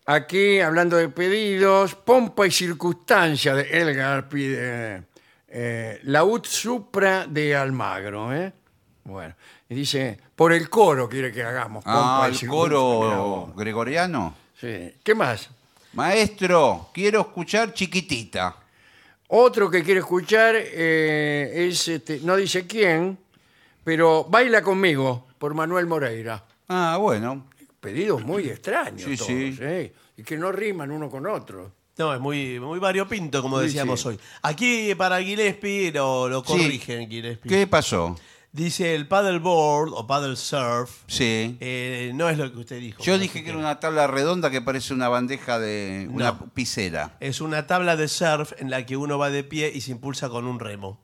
S1: Aquí, hablando de pedidos, Pompa y Circunstancia de Elgar pide eh, Laúd Supra de Almagro. ¿eh? Bueno, y dice, por el coro quiere que hagamos. Pompa
S3: Ah,
S1: y
S3: el
S1: Circunstancia. Mirá vos.
S3: coro gregoriano.
S1: Sí. ¿Qué más?
S3: Maestro, quiero escuchar chiquitita.
S1: Otro que quiere escuchar eh, es, este, no dice quién, pero Baila conmigo por Manuel Moreira.
S3: Ah, bueno.
S1: Pedidos muy extraños.
S3: Sí,
S1: todos,
S3: sí.
S1: ¿eh? Y que no riman uno con otro.
S2: No, es muy, muy variopinto, como
S1: Sí,
S2: decíamos
S1: sí.
S2: hoy. Aquí para Gillespie lo, lo
S3: Sí.
S2: corrigen, Gillespie.
S3: ¿Qué pasó?
S2: Dice el paddleboard o paddle surf.
S3: Sí.
S2: eh, no es lo que usted dijo.
S3: Yo
S2: Así
S3: dije que era una tabla redonda que parece una bandeja de una
S2: No.
S3: piscera.
S2: Es una tabla de surf en la que uno va de pie y se impulsa con un remo.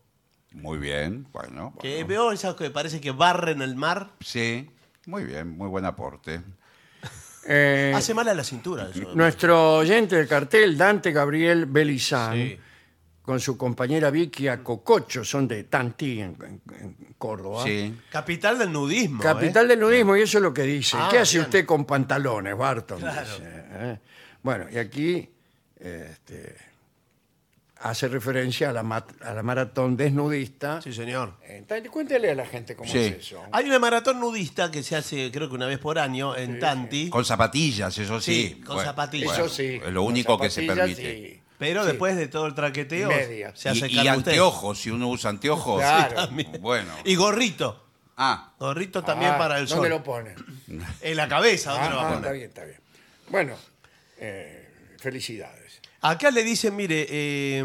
S3: Muy bien, bueno.
S2: Que
S3: bueno.
S2: veo esas que parece que barren el mar.
S3: Sí, muy bien, muy buen aporte.
S1: Eh,
S2: Hace mal a la cintura eso.
S1: Nuestro oyente del cartel, Dante Gabriel Belizán,
S2: Sí.
S1: con su compañera Vicky Acococho, son de Tantí, en, en- en Córdoba.
S2: ¿eh?
S3: Sí.
S2: Capital del nudismo.
S1: Capital del nudismo, y eso es lo que dice.
S2: Ah,
S1: ¿Qué hace
S2: bien.
S1: usted con pantalones, Barton?
S2: Claro.
S1: Dice, ¿eh? Bueno, y aquí este, hace referencia a la, mat- a la maratón desnudista.
S2: ¿eh? Sí, Ah, señor.
S1: Eh, tal- cuéntele a la gente cómo
S3: Sí.
S1: es eso.
S2: Hay una maratón nudista que se hace creo que una vez por año en Tanti.
S3: Con zapatillas, eso sí.
S2: Sí, con zapatillas.
S1: eso sí.
S3: Es lo
S1: con
S3: único que se
S1: zapatillas
S3: permite.
S1: y-
S2: Pero
S1: sí.
S2: después de todo el traqueteo
S1: Y media.
S2: se hace
S3: y, y
S2: cargo usted.
S3: anteojos, si uno usa anteojos.
S1: Claro.
S2: También.
S3: Bueno.
S2: Y gorrito.
S3: Ah,
S2: Gorrito también
S1: Ah,
S2: para el sol.
S1: ¿Dónde lo ponen?
S2: En la cabeza, ¿dónde lo va a
S1: Ah,
S2: poner?
S1: está bien, está bien. Bueno, eh, felicidades.
S2: Acá le dicen, mire, eh,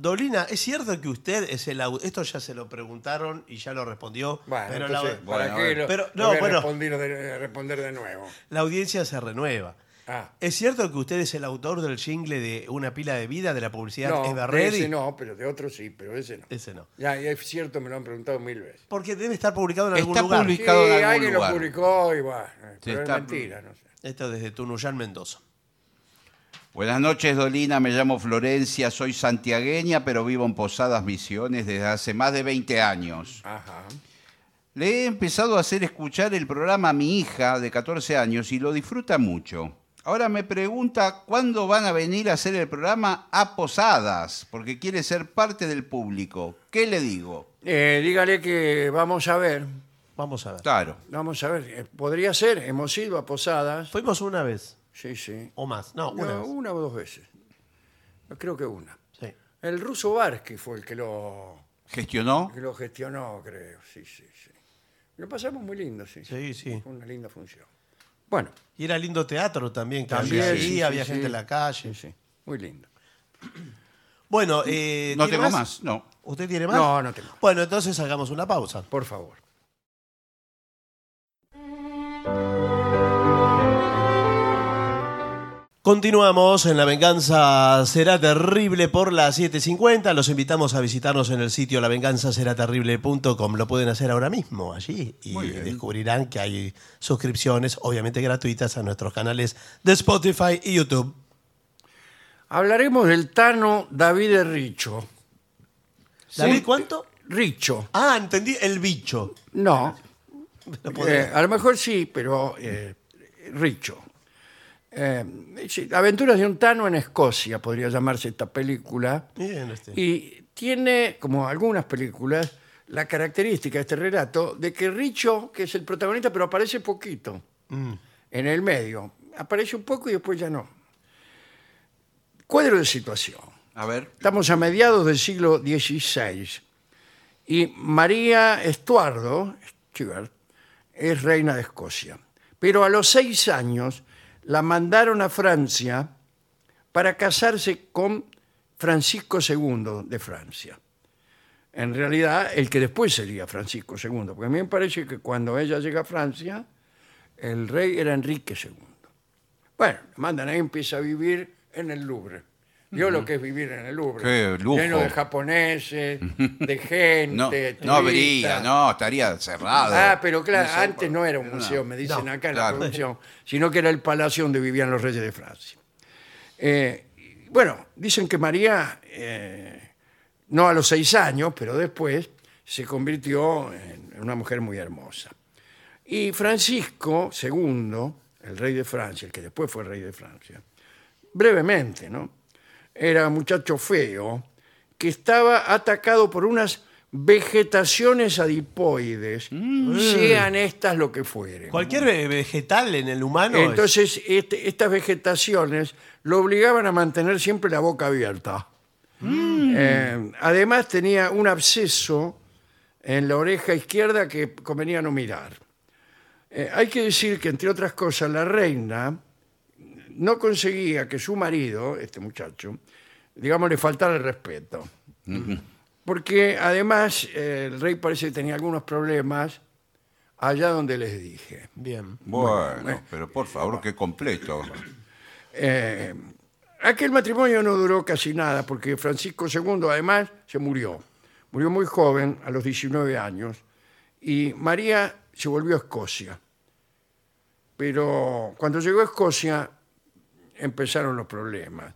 S2: Dolina, ¿es cierto que usted es el autor? Esto ya se lo preguntaron y ya lo respondió.
S1: Bueno,
S2: pero
S1: entonces,
S2: la,
S3: bueno,
S1: ¿para
S3: a
S1: qué
S3: ver.
S1: lo,
S2: Pero,
S1: lo
S2: no,
S1: voy a
S2: bueno.
S1: responder, de, eh, responder de nuevo?
S2: la audiencia se renueva.
S1: Ah.
S2: ¿Es cierto que usted es el autor del jingle de Una pila de vida de la publicidad
S1: No,
S2: Eva
S1: de ese
S2: Ready?
S1: no, pero de otro sí, pero de ese no.
S2: Ese no.
S1: Ya, y es cierto, me lo han preguntado mil veces.
S2: Porque debe estar publicado en
S3: Está
S2: algún lugar.
S1: Sí,
S3: public- Ubicado en algún
S1: alguien
S3: lugar.
S1: lo publicó y va. pero
S3: está-
S1: es mentira, no sé.
S2: Esto desde Tunuyán, Mendoza.
S3: buenas noches, Dolina. Me llamo Florencia. Soy santiagueña, pero vivo en Posadas Misiones desde hace más de 20 años.
S1: Ajá.
S3: Le he empezado a hacer escuchar el programa a mi hija de 14 años y lo disfruta mucho. Ahora me pregunta cuándo van a venir a hacer el programa a Posadas, porque quiere ser parte del público. ¿Qué le digo?
S1: Eh, dígale que vamos a ver.
S2: Vamos a ver.
S3: Claro.
S1: Vamos a ver. eh, Podría ser. Hemos ido a Posadas.
S2: Fuimos una vez
S1: Sí, sí.
S2: o más. No, una
S1: No,
S2: vez.
S1: una o dos veces. Creo que una.
S2: Sí.
S1: El ruso Varsky fue el que lo,
S3: ¿Gestionó?
S1: que lo gestionó, creo. Sí, sí, sí. Lo pasamos muy lindo, sí.
S2: Sí, sí.
S1: Fue una linda función. Bueno,
S2: Y era lindo teatro también. que
S1: También,
S2: había,
S1: sí,
S2: ahí,
S1: sí,
S2: había
S1: sí.
S2: gente en la
S1: sí,
S2: calle.
S1: sí. Muy lindo.
S2: Bueno, eh,
S3: No
S2: ¿tiene
S3: tengo más, no.
S2: ¿Usted tiene más?
S1: No, no tengo.
S2: Bueno, entonces hagamos una pausa.
S1: Por favor.
S2: Continuamos en La Venganza Será Terrible por las 7.50. Los invitamos a visitarnos en el sitio lavenganzaseraterrible.com. Lo pueden hacer ahora mismo allí y descubrirán que hay suscripciones, obviamente gratuitas, a nuestros canales de Spotify y YouTube.
S1: Hablaremos del Tano David Richo.
S2: ¿David cuánto?
S1: Richo.
S2: Ah, entendí, el bicho.
S1: No.
S2: Ah, No podés.
S1: Eh, a lo mejor sí, pero eh, Richo. Eh, sí, Aventuras de un Tano en Escocia, podría llamarse esta película.
S2: Bien, este.
S1: Y tiene, como algunas películas, la característica, este relato, de que Richo, que es el protagonista, pero aparece poquito
S2: Mm.
S1: en el medio. Aparece un poco y después ya no. Cuadro de situación.
S3: A ver.
S1: Estamos a mediados del siglo XVI y María Estuardo Stuart, es reina de Escocia. Pero a los seis años la mandaron a Francia para casarse con Francisco II de Francia. En realidad, el que después sería Francisco II, porque a mí me parece que cuando ella llega a Francia, el rey era Enrique II. Bueno, la mandan ahí, empieza a vivir en el Louvre. Yo lo que es vivir en el Louvre.
S3: Qué lujo.
S1: Lleno de japoneses, de gente.
S3: No, no
S1: turistas.
S3: habría, no, estaría cerrado.
S1: Ah, pero claro,
S3: No sé,
S1: antes no era un
S3: no,
S1: museo, me dicen
S2: no,
S1: acá en
S3: claro.
S1: la producción, sino que era el palacio donde vivían los reyes de Francia. Eh, y bueno, dicen que María, eh, no a los seis años, pero después, se convirtió en una mujer muy hermosa. Y Francisco II, el rey de Francia, el que después fue rey de Francia, brevemente, ¿no? Era un muchacho feo que estaba atacado por unas vegetaciones adipoides, sean estas lo que fueren.
S2: Cualquier ve- vegetal en el humano. es-
S1: Entonces, este- estas vegetaciones lo obligaban a mantener siempre la boca abierta.
S2: Mm.
S1: Eh, además, tenía un absceso en la oreja izquierda que convenía no mirar. Eh, hay que decir que, entre otras cosas, la reina no conseguía que su marido, este muchacho, digamos, le faltara el respeto. Porque además eh, el rey parece que tenía algunos problemas allá donde les dije.
S2: Bien.
S3: Bueno, pero por favor, que completo.
S1: Eh, aquel matrimonio no duró casi nada porque Francisco II además se murió. Murió muy joven, a los 19 años, y María se volvió a Escocia. Pero cuando llegó a Escocia empezaron los problemas.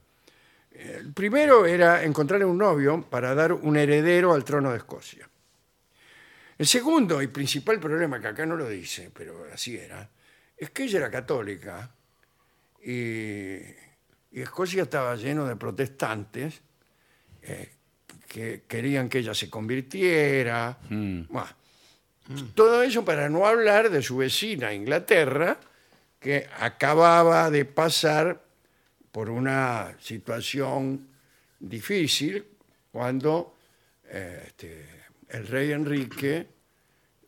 S1: El primero era encontrar un novio para dar un heredero al trono de Escocia. El segundo y principal problema, que acá no lo dice, pero así era, es que ella era católica y, y Escocia estaba lleno de protestantes eh, que querían que ella se convirtiera. Buah. Todo eso para no hablar de su vecina Inglaterra, que acababa de pasar por una situación difícil cuando eh, este, el rey Enrique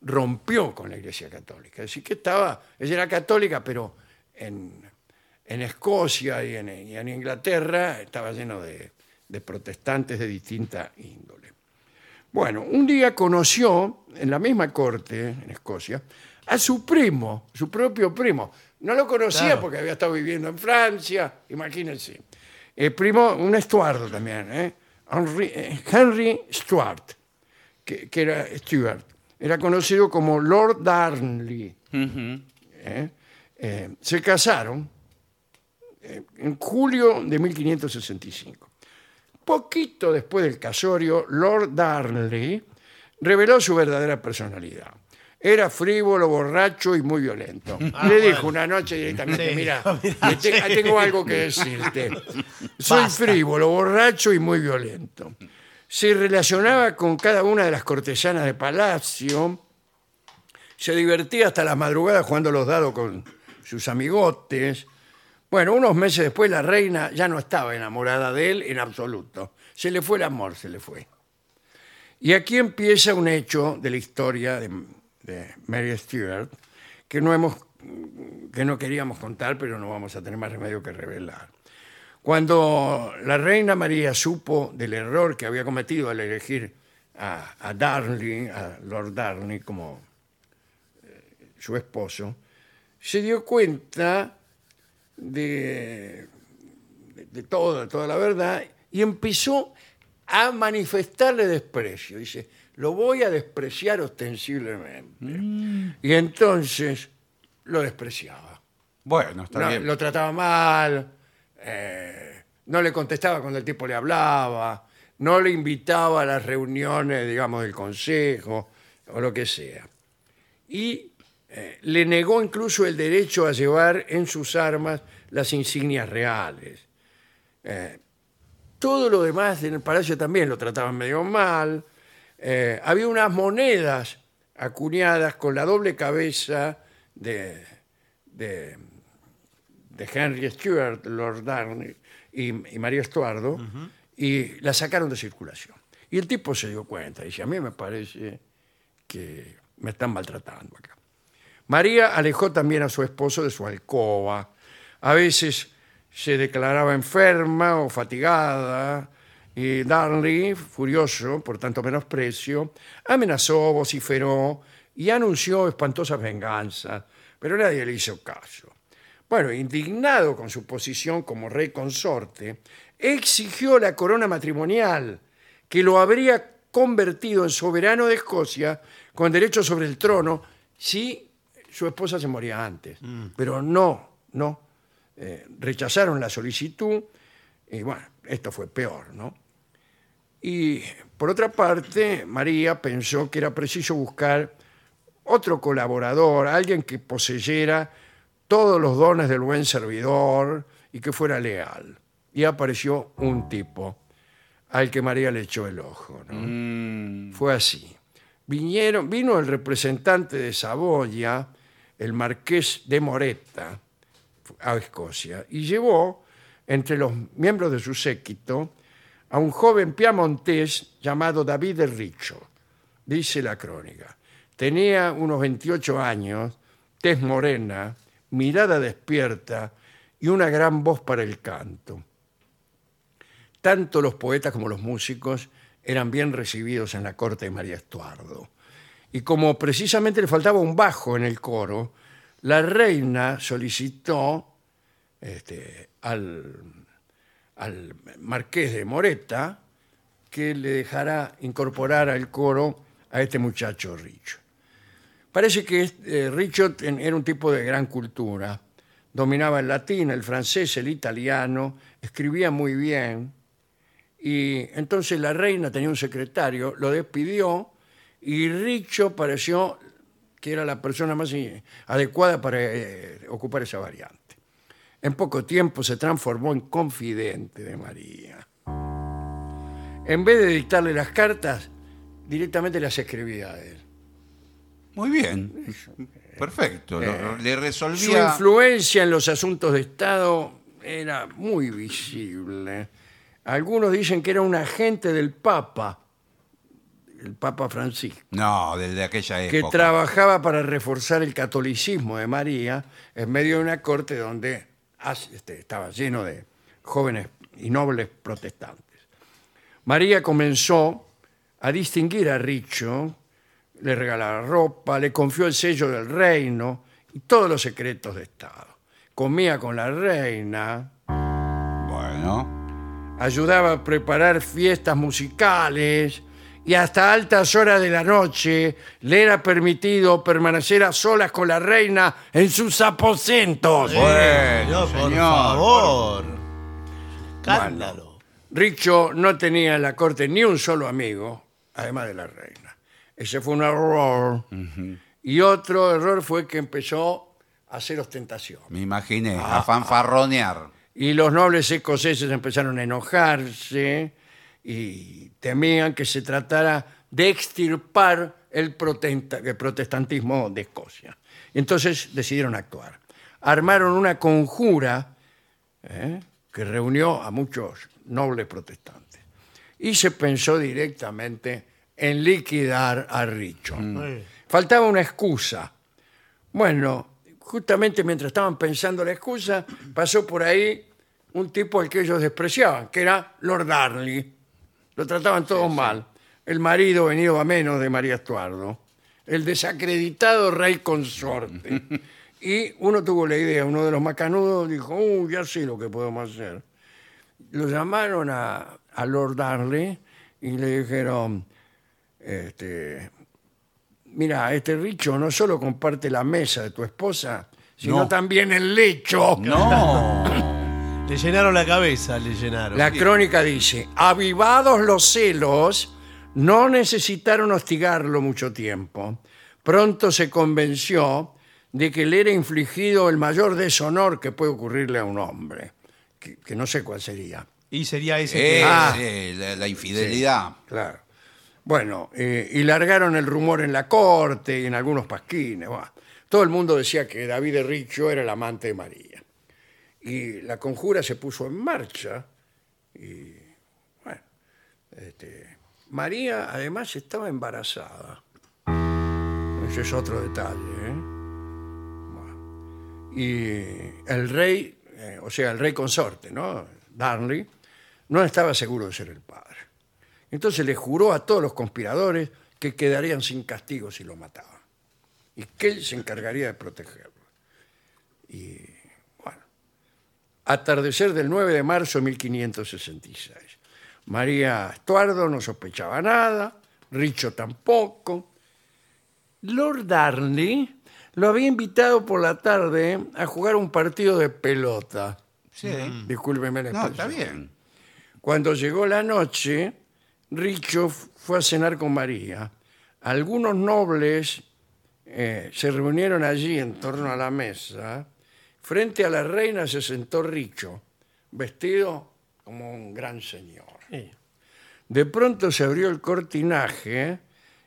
S1: rompió con la Iglesia Católica. Es decir, que estaba, ella era católica, pero en, en Escocia y en, y en Inglaterra estaba lleno de, de protestantes de distinta índole. Bueno, un día conoció en la misma corte, en Escocia, a su primo, su propio primo. No lo conocía
S2: Claro.
S1: porque había estado viviendo en Francia, imagínense. El primo, un Estuardo también, ¿eh? Henry, eh, Henry Stuart, que, que era Stuart. Era conocido como Lord Darnley. ¿eh? Eh, se casaron eh, en julio de 1565. Poquito después del casorio, Lord Darnley reveló su verdadera personalidad. Era frívolo, borracho y muy violento. Le dijo una noche directamente,
S2: Ah, Sí,
S1: mira,
S2: mirá,
S1: le te-
S2: sí.
S1: tengo algo que decirte. Soy
S2: Basta.
S1: frívolo, borracho y muy violento. Se relacionaba con cada una de las cortesanas de palacio. Se divertía hasta las madrugadas jugando los dados con sus amigotes. Bueno, unos meses después la reina ya no estaba enamorada de él en absoluto. Se le fue el amor, se le fue. Y aquí empieza un hecho de la historia de, de Mary Stuart que no hemos que no queríamos contar, pero no vamos a tener más remedio que revelar. Cuando la reina María supo del error que había cometido al elegir a, a Darnley, a Lord Darnley como eh, su esposo, se dio cuenta de, de, de todo, toda la verdad y empezó a manifestarle desprecio. Dice, lo voy a despreciar ostensiblemente. Y entonces lo despreciaba.
S3: Bueno, está
S1: No,
S3: bien.
S1: lo trataba mal, eh, no le contestaba cuando el tipo le hablaba, no le invitaba a las reuniones, digamos, del consejo o lo que sea. Y eh, le negó incluso el derecho a llevar en sus armas las insignias reales. Eh, todo lo demás en el palacio también lo trataban medio mal. Eh, había unas monedas acuñadas con la doble cabeza de, de, de Henry Stuart, Lord Darnley y, y María Estuardo, y la sacaron de circulación. Y el tipo se dio cuenta, dice, a mí me parece que me están maltratando acá. María alejó también a su esposo de su alcoba. A veces se declaraba enferma o fatigada y Darnley, furioso por tanto menosprecio, amenazó, vociferó y anunció espantosas venganzas, pero nadie le hizo caso. Bueno, indignado con su posición como rey consorte, exigió la corona matrimonial que lo habría convertido en soberano de Escocia con derecho sobre el trono si su esposa se moría antes. Pero no, no. Eh, rechazaron la solicitud y bueno, esto fue peor, ¿no? Y por otra parte, María pensó que era preciso buscar otro colaborador, alguien que poseyera todos los dones del buen servidor y que fuera leal. Y apareció un tipo al que María le echó el ojo. ¿no? Fue así. Vinieron, vino el representante de Saboya, el marqués de Moreta, a Escocia, y llevó entre los miembros de su séquito a un joven piamontés llamado David el Richo, dice la crónica. Tenía unos 28 años, tez morena, mirada despierta y una gran voz para el canto tanto los poetas como los músicos eran bien recibidos en la corte de María Estuardo. Y como precisamente le faltaba un bajo en el coro, la reina solicitó este, al, al marqués de Moreta que le dejara incorporar al coro a este muchacho Richo. Parece que eh, Richo ten- era un tipo de gran cultura. Dominaba el latín, el francés, el italiano, escribía muy bien. Y entonces la reina tenía un secretario, lo despidió y Richo pareció que era la persona más eh, adecuada para eh, ocupar esa variante. En poco tiempo se transformó en confidente de María. En vez de dictarle las cartas, directamente las escribía a él.
S3: Muy bien. Perfecto. Lo- lo- le
S1: Eh, Su
S3: resolvía.
S1: influencia en los asuntos de Estado era muy visible. Algunos dicen que era un agente del Papa, el Papa Francisco,
S3: No, desde aquella
S1: que
S3: época.
S1: trabajaba para reforzar el catolicismo de María en medio de una corte donde ah, este, estaba lleno de jóvenes y nobles protestantes. María comenzó a distinguir a Richo, le regalaba ropa, le confió el sello del reino y todos los secretos de Estado. Comía con la reina,
S3: Bueno.
S1: ayudaba a preparar fiestas musicales y hasta altas horas de la noche le era permitido permanecer a solas con la reina en sus aposentos.
S3: Bueno,
S2: Señor, por
S3: señor.
S2: favor. Cándalo.
S1: Richo no tenía en la corte ni un solo amigo, además de la reina. Ese fue un error. Y otro error fue que empezó a hacer ostentación.
S3: Me imaginé. A fanfarronear.
S1: Y los nobles escoceses empezaron a enojarse y temían que se tratara de extirpar el, protesta- el protestantismo de Escocia. Entonces decidieron actuar. Armaron una conjura ¿eh? que reunió a muchos nobles protestantes y se pensó directamente en liquidar a Richard. Faltaba una excusa. Bueno, justamente mientras estaban pensando la excusa, pasó por ahí un tipo al que ellos despreciaban, que era Lord Darley. Lo trataban todos mal. El marido venido a menos de María Estuardo. El desacreditado rey consorte. y uno tuvo la idea, uno de los macanudos dijo, uh, ya sé lo que podemos hacer. Lo llamaron a, a Lord Darley y le dijeron, este, mira, este Richo no solo comparte la mesa de tu esposa, sino
S3: No.
S1: también el lecho.
S3: No.
S2: Le llenaron la cabeza, le llenaron.
S1: La crónica dice, avivados los celos, no necesitaron hostigarlo mucho tiempo. Pronto se convenció de que le era infligido el mayor deshonor que puede ocurrirle a un hombre, que, que no sé cuál sería.
S2: Y sería ese
S3: Eh,
S2: que...
S1: Ah.
S3: eh, la, la infidelidad.
S1: Claro. Bueno, eh, y largaron el rumor en la corte y en algunos pasquines. buah. Todo el mundo decía que David de Riccio era el amante de María. Y la conjura se puso en marcha. Y bueno, este, María además estaba embarazada. Ese es otro detalle. ¿eh? y el rey, eh, o sea, el rey consorte, ¿no? Darnley, no estaba seguro de ser el padre. Entonces le juró a todos los conspiradores que quedarían sin castigo si lo mataban y que él se encargaría de protegerlo. Y bueno, atardecer del 9 de marzo de 1566. María Estuardo no sospechaba nada, Richo tampoco. Lord Darnley lo había invitado por la tarde a jugar un partido de pelota.
S3: Sí.
S1: Mm. Discúlpeme la
S3: Mm. No,
S1: expresión.
S3: está bien.
S1: Cuando llegó la noche, Richo f- fue a cenar con María. Algunos nobles eh, se reunieron allí en torno a la mesa. Frente a la reina se sentó Richo, vestido como un gran señor. De pronto se abrió el cortinaje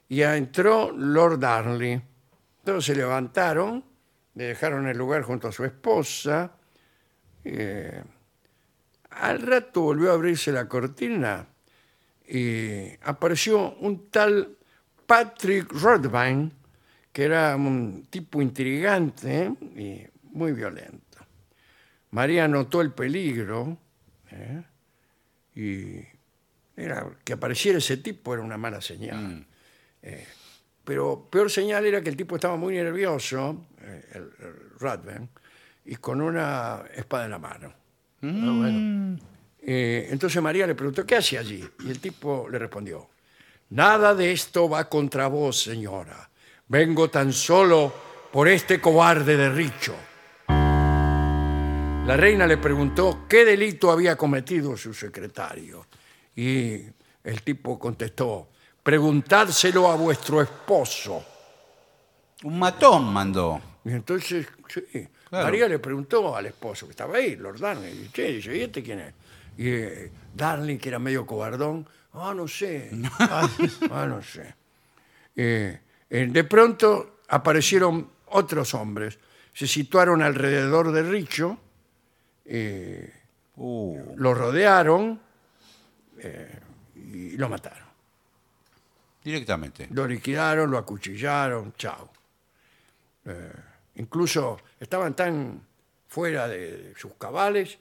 S1: y entró Lord Darley. Todos se levantaron, le dejaron el lugar junto a su esposa. eh, al rato volvió a abrirse la cortina y apareció un tal Patrick Rodbine, que era un tipo intrigante ¿eh? y muy violento. María notó el peligro ¿eh? y era, que apareciera ese tipo era una mala señal. Eh, pero peor señal era que el tipo estaba muy nervioso, eh, el, el Rodbine, y con una espada en la mano. Eh, entonces María le preguntó, ¿qué hace allí? Y el tipo le respondió, nada de esto va contra vos, señora. Vengo tan solo por este cobarde de Richo. La reina le preguntó qué delito había cometido su secretario. Y el tipo contestó, preguntádselo a vuestro esposo.
S3: Un matón mandó.
S1: Y entonces, sí,
S3: Claro.
S1: María le preguntó al esposo que estaba ahí, Lord Darling, y che, dice, ¿y este quién es? Y eh, Darling, que era medio cobardón, ah, no sé, ah, ah, no sé. Eh, eh, de pronto aparecieron otros hombres, se situaron alrededor de Richo, eh,
S3: Uh,
S1: lo rodearon eh, y lo mataron.
S3: directamente.
S1: Lo liquidaron, lo acuchillaron, chao. Eh, incluso estaban tan fuera de sus cabales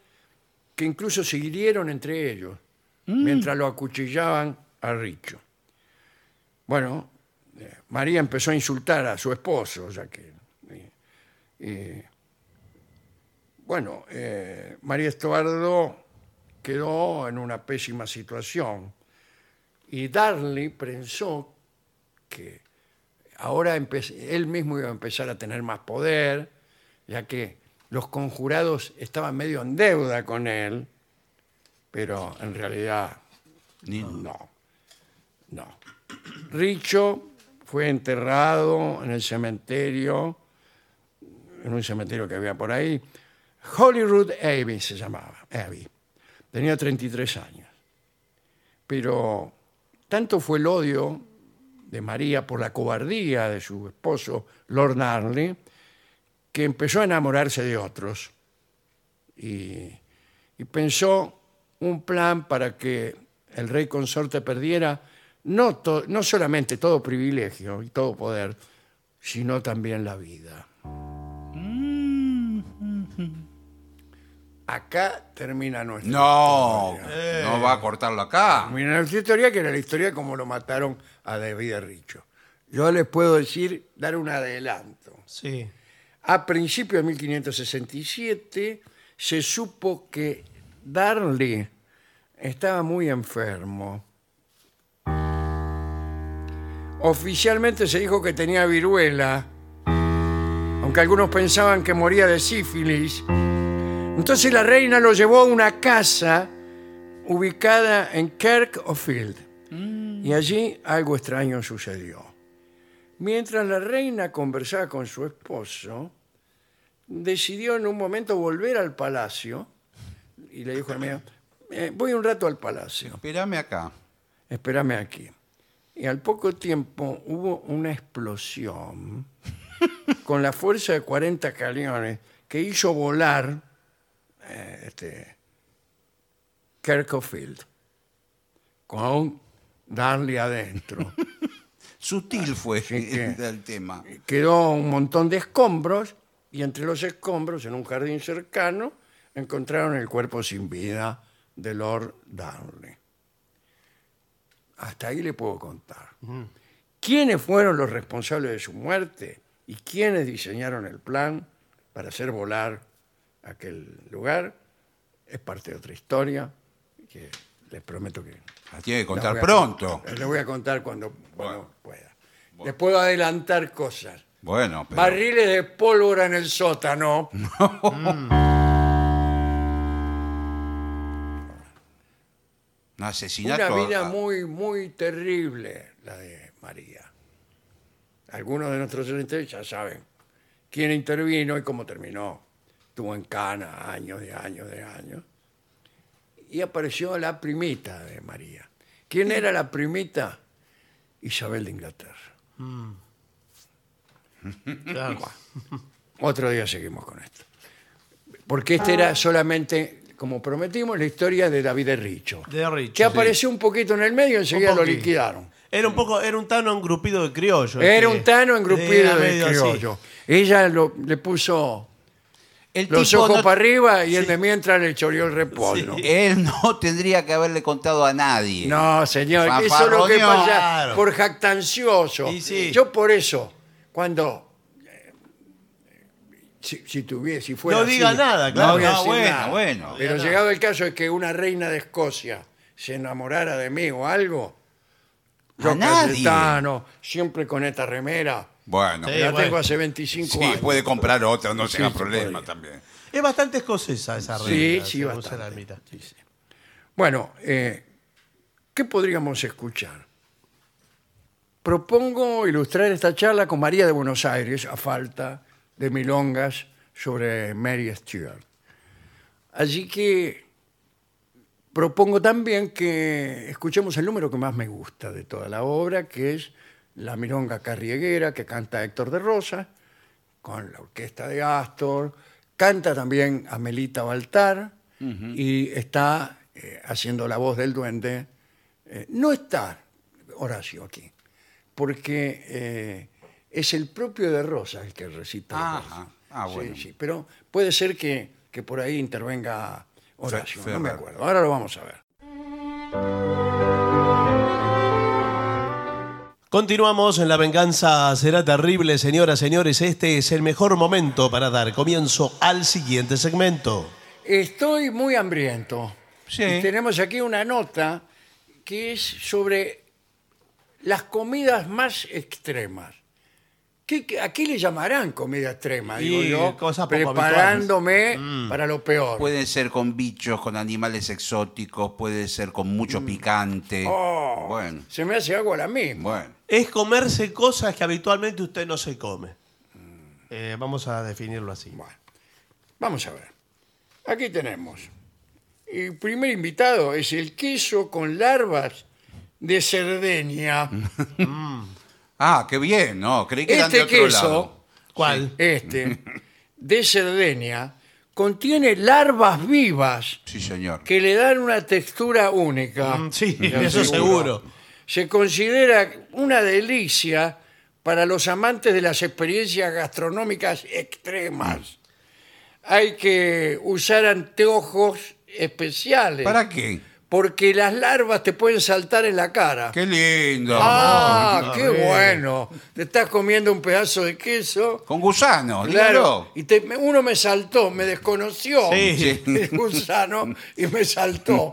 S1: que incluso se hirieron entre ellos mientras lo acuchillaban a Richo. Bueno, eh, María empezó a insultar a su esposo, ya que... eh, y- y- bueno, eh, María Estuardo quedó en una pésima situación y Darley pensó que ahora empe- él mismo iba a empezar a tener más poder, ya que los conjurados estaban medio en deuda con él, pero en realidad
S3: Ni-
S1: no, no. Richo fue enterrado en el cementerio, en un cementerio que había por ahí. Holyrood Abbey se llamaba, Abbey. Tenía 33 años. pero tanto fue el odio de María por la cobardía de su esposo, Lord Darnley, que empezó a enamorarse de otros y, y pensó un plan para que el rey consorte perdiera no, to- no solamente todo privilegio y todo poder, sino también la vida. Acá termina nuestra
S3: No,
S1: historia.
S3: no va a cortarlo acá.
S1: Mira, nuestra historia que era la historia de cómo lo mataron a David Richo. Yo les puedo decir, dar un adelanto.
S2: Sí.
S1: A principios de 1567 se supo que Darley estaba muy enfermo. Oficialmente se dijo que tenía viruela, aunque algunos pensaban que moría de sífilis. Entonces la reina lo llevó a una casa ubicada en Kirk O'Field. Y allí algo extraño sucedió. Mientras la reina conversaba con su esposo, decidió en un momento volver al palacio y le dijo al mío, voy un rato al palacio,
S3: Espérame acá.
S1: espérame aquí. Y al poco tiempo hubo una explosión con la fuerza de 40 cañones que hizo volar eh, este, Kerkofield con Darley adentro.
S3: Sutil fue
S1: sí, sí.
S3: el tema.
S1: quedó un montón de escombros y entre los escombros, en un jardín cercano, encontraron el cuerpo sin vida de Lord Darnley. Hasta ahí le puedo contar. ¿Quiénes fueron los responsables de su muerte y quiénes diseñaron el plan para hacer volar aquel lugar? Es parte de otra historia que les prometo que
S3: La tiene que contar
S1: la voy a-
S3: pronto.
S1: la voy a contar cuando, cuando pueda. Les puedo adelantar cosas.
S3: Bueno, pero
S1: Barriles de pólvora en el sótano.
S3: un
S1: Una
S3: asesinato.
S1: vida
S3: ah,
S1: muy, muy terrible la de María. Algunos de nuestros oyentes ya saben quién intervino y cómo terminó. Estuvo en Cana años de años de años. Y apareció la primita de María. ¿Quién era la primita? Isabel de Inglaterra.
S2: Claro.
S1: Otro día seguimos con esto. Porque este era solamente, como prometimos, la historia de David Richo.
S2: De Richo,
S1: Que
S2: sí.
S1: apareció un poquito en el medio y enseguida lo
S2: poquito.
S1: liquidaron.
S2: Era un poco, era un tano engrupido de criollo.
S1: Era
S2: este.
S1: un tano engrupido
S2: Era
S1: de
S2: medio así.
S1: criollo. Ella lo- le puso
S3: el
S1: los
S3: tipo
S1: ojos
S3: no-
S1: para arriba y el de mientras le choreó el repollo.
S3: Él no tendría que haberle contado a nadie.
S1: No, señor, eso es lo que
S3: Fanfarroneó.
S1: pasa
S2: Claro.
S1: por jactancioso.
S2: Y sí.
S1: Yo por eso, cuando... eh, Si, si tuviese, si fuera
S2: No
S1: así,
S2: diga nada, claro.
S1: voy a
S3: No,
S1: decir
S3: bueno,
S1: nada.
S3: bueno.
S1: Pero
S2: Diga
S1: llegado el caso de que una reina de Escocia se enamorara de mí o algo,
S3: A
S1: yo
S3: nadie.
S1: Cayetano, siempre con esta remera,
S3: Bueno,
S2: Sí.
S1: la
S2: Eh, bueno.
S1: tengo hace 25
S3: sí,
S1: años.
S3: puede comprar otra, no
S1: Sí,
S3: sea
S1: sí,
S3: problema
S1: podría.
S3: también.
S2: Es bastante escocesa esa
S1: Sí,
S2: reina.
S1: sí,
S2: según
S1: bastante.
S2: Salamita.
S1: Sí, sí. Bueno, eh, ¿qué podríamos escuchar? Propongo ilustrar esta charla con María de Buenos Aires, a falta de milongas sobre Mary Stuart. Así que propongo también que escuchemos el número que más me gusta de toda la obra, que es la milonga carrieguera que canta Héctor de Rosa, con la orquesta de Astor, canta también Amelita Baltar y está eh, haciendo la voz del duende. Eh, no está Horacio aquí, porque eh, es el propio de Rosa el que recita. la
S3: Ajá.
S1: voz.
S3: Ah,
S1: Sí,
S3: bueno.
S1: sí, pero puede ser que, que por ahí intervenga Horacio,
S3: Fe-
S1: no me
S3: Ferrer.
S1: acuerdo. Ahora lo vamos a ver.
S2: Continuamos en La Venganza Será Terrible, señoras, señores. Este es el mejor momento para dar comienzo al siguiente segmento.
S1: Estoy muy hambriento.
S3: Sí.
S1: Y tenemos aquí una nota que es sobre las comidas más extremas. ¿Qué- qué- ¿A qué le llamarán comida extrema? Digo
S2: Y
S1: yo,
S2: cosas poco Mm.
S1: preparándome para lo peor.
S3: Puede ser con bichos, con animales exóticos, puede ser con mucho picante.
S1: Mm. Oh,
S3: Bueno,
S1: Se me hace agua la misma.
S3: bueno.
S2: Es comerse cosas que habitualmente usted no se come. Eh, vamos a definirlo así.
S1: Bueno, vamos a ver. Aquí tenemos. eh, primer invitado es el queso con larvas de Cerdeña.
S3: Ah, qué bien, no, creí que eran de
S1: Este
S3: otro lado.
S1: queso,
S2: ¿Cuál?
S1: este, de Cerdeña, contiene larvas vivas
S3: Sí, señor.
S1: que le dan una textura única.
S2: Mm, Sí,
S1: Lo
S2: eso seguro.
S1: Se considera una delicia para los amantes de las experiencias gastronómicas extremas.
S2: Mm.
S1: Hay que usar anteojos especiales.
S3: ¿Para qué?
S1: Porque las larvas te pueden saltar en la cara.
S3: Qué lindo.
S1: ¡Ah, qué bueno! Te estás comiendo un pedazo de queso.
S3: Con gusano,
S1: Claro.
S3: claro.
S1: Y te- me- uno me saltó, me desconoció
S2: Sí.
S1: el gusano y me saltó.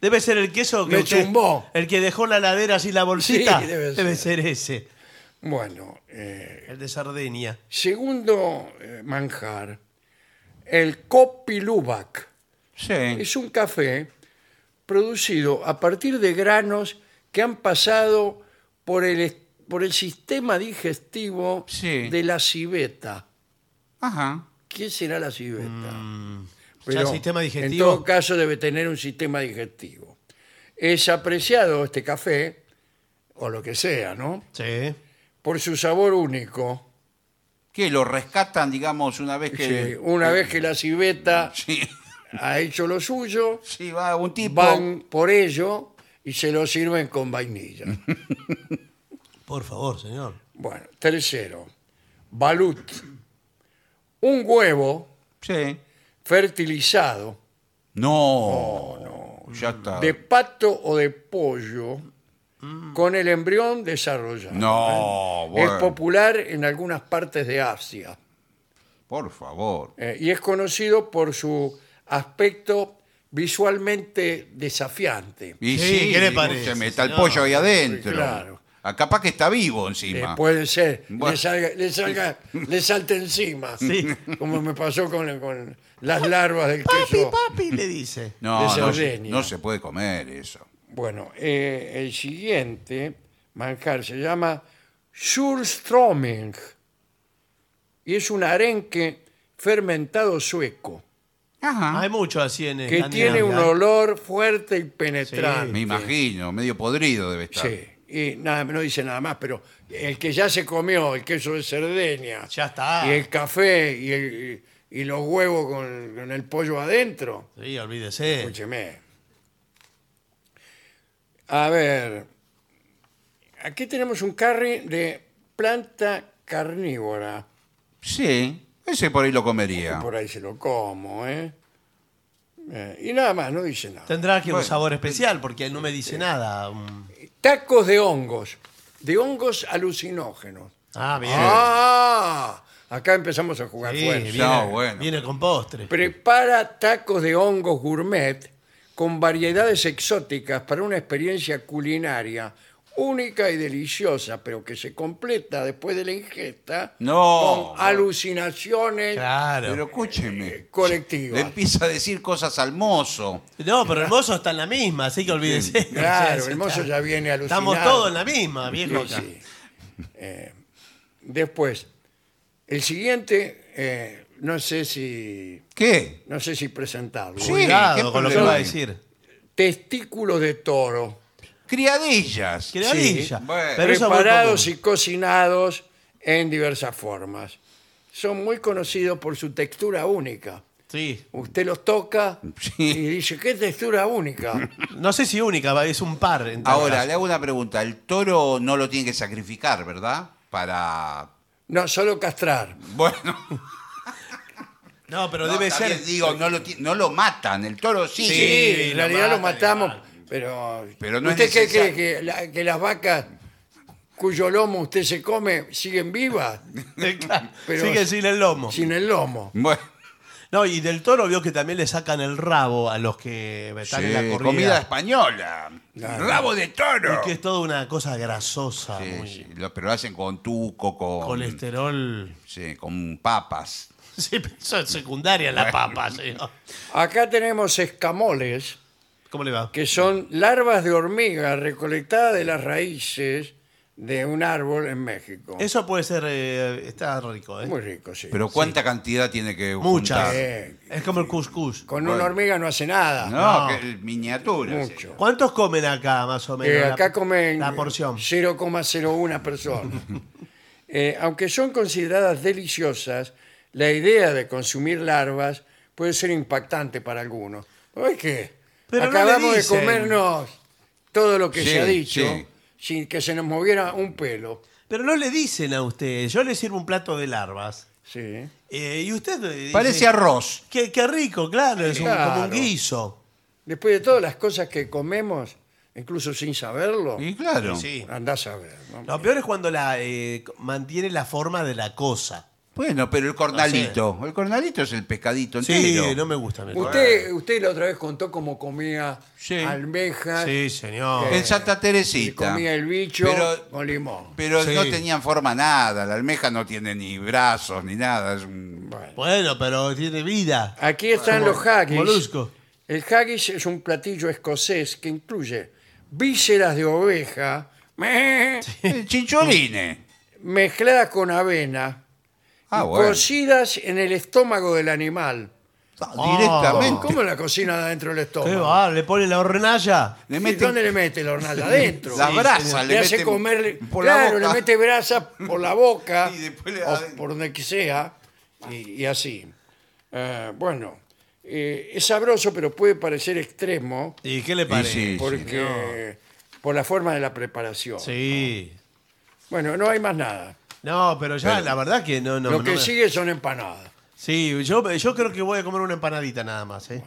S2: Debe ser el queso que
S1: Me
S2: usted-
S1: chumbó.
S2: El que dejó la ladera así la bolsita.
S1: Sí, debe
S2: debe, ser ese.
S1: Bueno, eh,
S2: El de Sardenia.
S1: segundo eh, manjar, el Kopi Luwak.
S3: Sí.
S1: Es un café producido a partir de granos que han pasado por el, est- por el sistema digestivo
S3: Sí.
S1: de la civeta.
S3: Ajá.
S1: ¿Qué será la civeta?
S2: ¿Ya sistema digestivo?
S1: En todo caso debe tener un sistema digestivo. Es apreciado este café, o lo que sea, ¿no?
S2: Sí.
S1: Por su sabor único.
S3: Que lo rescatan, digamos, una vez
S1: Sí,
S3: que.
S1: una vez que la civeta
S3: Sí. Sí,
S1: ha hecho lo suyo,
S3: va un tipo.
S1: van por ello y se lo sirven con vainilla.
S2: Por favor, señor.
S1: Bueno, tercero, balut. Un huevo
S3: Sí.
S1: fertilizado
S3: No. no. Ya está.
S1: de pato o de pollo con el embrión desarrollado.
S3: Mm.
S1: ¿eh?
S3: No, bueno.
S1: Es popular en algunas partes de Asia
S3: Por favor.
S1: eh, y es conocido por su aspecto visualmente desafiante.
S3: Y
S2: Sí,
S3: sí,
S2: ¿qué le
S3: no
S2: parece,
S3: Se meta el
S2: señor?
S3: pollo ahí adentro.
S1: Sí, claro.
S3: Ah, capaz que está vivo
S1: Eh,
S3: encima.
S1: puede ser,
S3: Bueno.
S1: le, salga, le, salga- le salte encima,
S2: Sí.
S1: como me pasó con, con las larvas del
S2: Papi,
S1: queso.
S2: papi, le dice.
S3: no,
S1: de
S3: no, se-
S1: Cerdeña.
S3: no se puede comer eso.
S1: Bueno, eh, el siguiente manjar se llama Surströmming y es un arenque fermentado sueco
S3: Ajá.
S2: Hay mucho así en ¿eh?
S1: que tiene un olor fuerte y penetrante.
S3: Me imagino, medio podrido debe estar.
S1: Sí, y nada, no dice nada más, pero el que ya se comió el queso de Cerdeña,
S2: Ya está.
S1: y el café y, el- y los huevos con, con el pollo adentro,
S2: Sí, olvídese.
S1: escúcheme. A ver, aquí tenemos un curry de planta carnívora,
S3: Sí, ese por ahí lo comería.
S1: por ahí se lo como, ¿eh? Eh, y nada más, no dice nada.
S2: Tendrá que un
S3: Bueno.
S2: sabor especial porque no me dice nada. Mm.
S1: Tacos de hongos, de hongos alucinógenos.
S2: Ah, bien.
S1: Ah, acá empezamos a jugar
S2: Sí,
S1: fuerte.
S2: viene,
S3: No, bueno.
S2: viene con postre.
S1: Prepara tacos de hongos gourmet con variedades exóticas para una experiencia culinaria única y deliciosa, pero que se completa después de la ingesta
S3: No.
S1: con alucinaciones
S2: Claro.
S3: Pero escúcheme. Le
S1: colectivas.
S3: empieza a decir cosas al mozo.
S2: No, pero el mozo está en la misma, así que olvídese.
S1: Claro,
S2: O sea,
S1: el mozo
S2: está-
S1: ya viene alucinado.
S2: Estamos todos en la misma, viejo.
S1: Sí, sí. Eh, después, el siguiente, eh, no sé si
S3: ¿Qué?
S1: no sé si presentarlo.
S3: Sí.
S2: Cuidado
S3: ¿qué
S2: con lo que
S3: problema
S2: va a
S3: hay?
S2: decir.
S1: Testículos de toro.
S3: Criadillas.
S2: Que le avilla.
S3: bueno.
S2: Pero eso es muy
S1: preparados
S2: común.
S1: y cocinados en diversas formas. Son muy conocidos por su textura única.
S2: Sí.
S1: Usted los toca y dice, qué textura única.
S2: No sé si única, va, es un par. en todo
S3: Ahora,
S2: caso.
S3: le hago una pregunta. El toro no lo tiene que sacrificar, ¿verdad? Para.
S1: No, solo castrar.
S3: Bueno,
S2: No, pero
S3: no,
S2: debe
S3: está
S2: ser.
S3: bien, digo, no lo, ti- no lo matan. El toro sí.
S1: Sí,
S2: lo
S1: en realidad los
S2: matan,
S1: matamos, pero...
S3: Pero no es
S1: ¿Usted qué cree
S3: necesario.
S1: que, la- que las vacas cuyo lomo usted se come siguen vivas? Pero-
S2: Sigue sin el lomo.
S1: Sin el lomo.
S3: Bueno,
S2: No, y del toro vio que también le sacan el rabo a los que están
S3: sí,
S2: en la corrida.
S3: comida española.
S1: Claro.
S3: Rabo de toro.
S2: Y que es toda una cosa grasosa,
S3: Sí,
S2: muy- este.
S3: sí, lo- pero lo hacen con tuco, con.
S2: colesterol.
S3: sí, con papas.
S2: Sí, pero eso es secundaria la papa, señor.
S1: Acá tenemos escamoles.
S2: ¿Cómo le va?
S1: que son larvas de hormiga recolectadas de las raíces de un árbol en México.
S2: Eso puede ser. eh, está rico, ¿eh?
S1: Muy rico, sí.
S3: Pero ¿cuánta cantidad tiene que
S2: Muchas.
S3: juntar?
S1: Eh,
S2: Es como el couscous.
S1: Con una hormiga no hace nada.
S3: No,
S2: Eh, No.
S3: que- miniatura. sí.
S1: Mucho.
S2: ¿Cuántos comen acá, más o menos?
S1: Eh,
S2: la-
S1: acá comen
S2: La porción.
S1: 0,01 personas. Eh, aunque son consideradas deliciosas, la idea de consumir larvas puede ser impactante para algunos. ¿Por qué?
S2: Pero no le
S1: Acabamos de
S2: dicen.
S1: comernos todo lo que
S3: Sí,
S1: se ha dicho
S3: sí.
S1: sin que se nos moviera un pelo.
S2: Pero no le dicen a usted. Yo le sirvo un plato de larvas.
S1: Sí.
S2: Eh, y usted. eh, dice,
S3: Parece arroz.
S2: Qué, qué rico, claro. Es un-
S1: Claro.
S2: como un guiso.
S1: Después de todas las cosas que comemos, incluso sin saberlo,
S3: Y claro.
S2: Sí.
S1: andás a ver. ¿no?
S2: Lo peor es cuando la eh, mantiene la forma de la cosa.
S3: Bueno, pero el cornalito. El cornalito es el pescadito entero.
S2: no me gusta. me-
S1: Usted, usted la otra vez contó cómo comía
S3: Sí.
S1: almejas.
S2: Sí, señor.
S3: En Santa
S1: Y
S3: Teresita.
S1: comía el bicho
S3: Pero,
S1: con limón.
S3: pero
S2: Sí.
S3: no tenían forma nada. La almeja no tiene ni brazos ni nada. Es un...
S1: Bueno.
S2: Bueno, pero tiene vida.
S1: Aquí están los haggis.
S2: molusco.
S1: El haggis es un platillo escocés que incluye vísceras de oveja meh,
S3: Eh, Chinchorines.
S1: mezcladas con avena
S3: Ah,
S1: y
S3: bueno.
S1: cocidas en el estómago del animal.
S3: Ah, Directamente.
S1: Ah, ¿Cómo la cocina adentro del
S2: ¿Qué
S1: estómago?
S2: va? ¿Le pone la hornalla?
S3: Le
S1: ¿Y
S3: meten
S1: ¿Dónde le mete la hornalla? Adentro.
S3: las brasas.
S1: le, hace
S3: meten
S1: comer,
S3: por
S1: claro,
S3: la boca.
S1: le mete brasa por la boca
S3: Y después le
S1: o
S3: da-
S1: por donde que sea y, y así. Eh, bueno, eh, es sabroso, pero puede parecer extremo
S2: ¿Y qué le
S3: Y
S2: parece?
S3: sí,
S1: porque por la forma de la preparación.
S2: Sí.
S1: Bueno, no hay más nada.
S2: No, pero ya la verdad que no, no.
S1: Lo
S2: no
S1: que
S2: me-
S1: sigue son empanadas.
S2: Sí, yo, yo creo que voy a comer una empanadita nada más, ¿eh?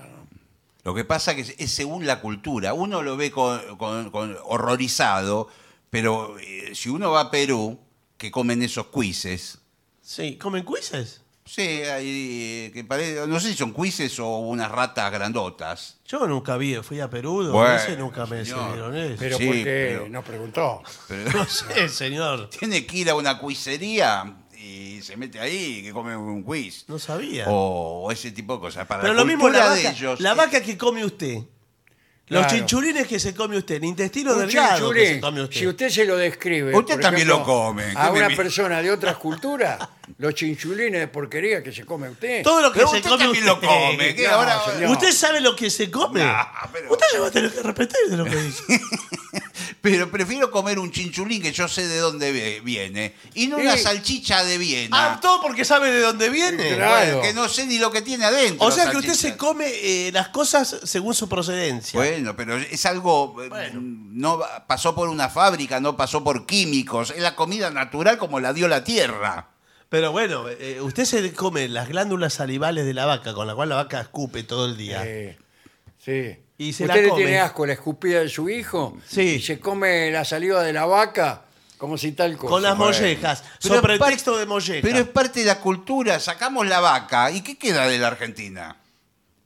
S3: Lo que pasa que es, es según la cultura. Uno lo ve con, con- con- horrorizado, pero eh, si uno va a Perú, que comen esos cuises.
S2: Sí, ¿comen cuises?
S3: Sí, hay, eh, que pare- no sé si son cuises o unas ratas grandotas.
S2: Yo nunca vi, fui a Perú, dos
S3: Bueno,
S2: veces, nunca me
S3: señor.
S2: sirvieron eso.
S1: Pero
S3: Sí,
S1: porque
S3: pero-
S1: no preguntó.
S3: Pero
S2: No sé, señor.
S3: tiene que ir a una cuisería y se mete ahí y que come un cuis.
S2: No sabía.
S3: O, o ese tipo de cosas. Para
S2: pero
S3: Oh, la
S2: lo mismo la
S3: cultura
S2: vaca,
S3: de ellos. eh.
S2: la vaca que come usted.
S1: Claro.
S2: Los chinchurines que se come usted, el intestino
S1: Un
S2: delgado que
S1: chinchurén,
S2: se come usted.
S1: si usted se lo describe.
S3: Usted
S1: por
S3: también lo come, ¿qué
S1: A
S3: me
S1: una
S3: mi-
S1: persona de otras culturas, los chinchulines de porquería que se come usted.
S2: Todo lo que
S3: Pero
S2: se
S3: usted
S2: come
S3: también
S2: usted.
S3: lo come. ¿qué?
S1: No,
S3: Ahora-
S1: señor.
S2: ¿Usted sabe lo que se come?
S3: No, pero-
S2: Usted se va a tener que respetar de lo que dice.
S3: Pero prefiero comer un chinchulín que yo sé de dónde ve- viene. Y no una
S1: Sí.
S3: salchicha de Viena.
S2: ah, todo porque sabe de dónde viene.
S1: Claro.
S3: Que no sé ni lo que tiene adentro.
S2: O sea
S3: la
S2: que usted
S3: salchicha.
S2: se come eh, las cosas según su procedencia.
S3: Bueno, pero es algo. eh, No va- pasó por una fábrica, no pasó por químicos. Es la comida natural como la dio la tierra.
S2: Pero bueno, eh, usted se come las glándulas salivales de la vaca, con la cual la vaca escupe todo el día.
S1: Eh, sí.
S2: Y se
S1: ¿Usted
S2: la
S1: le
S2: come.
S1: tiene asco a la escupida de su hijo?
S2: Sí.
S1: Y se come la saliva de la vaca como si tal cosa.
S2: con las
S1: Bueno.
S2: mollejas.
S3: Pero
S2: sobre el
S3: es par-
S2: texto de mollejas.
S3: Pero es parte de la cultura. Sacamos la vaca. ¿Y qué queda de la Argentina?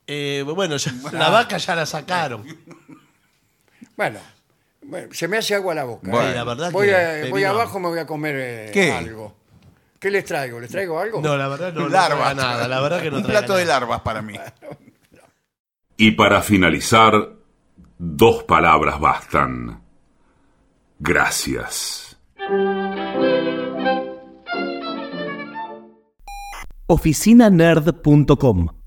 S2: Eh, bueno, ya- la vaca ya la sacaron.
S1: Bueno, bueno, se me hace agua la boca.
S3: Bueno,
S2: Sí, la verdad
S1: voy
S2: que
S1: a-
S2: te
S1: voy
S2: vino-
S1: abajo, me voy a comer eh,
S3: ¿Qué?
S1: algo. ¿Qué les traigo? ¿Les traigo algo?
S2: No, la verdad no, no
S3: larvas.
S2: traiga nada. La verdad que no
S3: Un
S2: traiga
S3: plato de
S2: nada.
S3: larvas para mí.
S5: Y para finalizar, dos palabras bastan. Gracias.
S6: oficinanerd.com.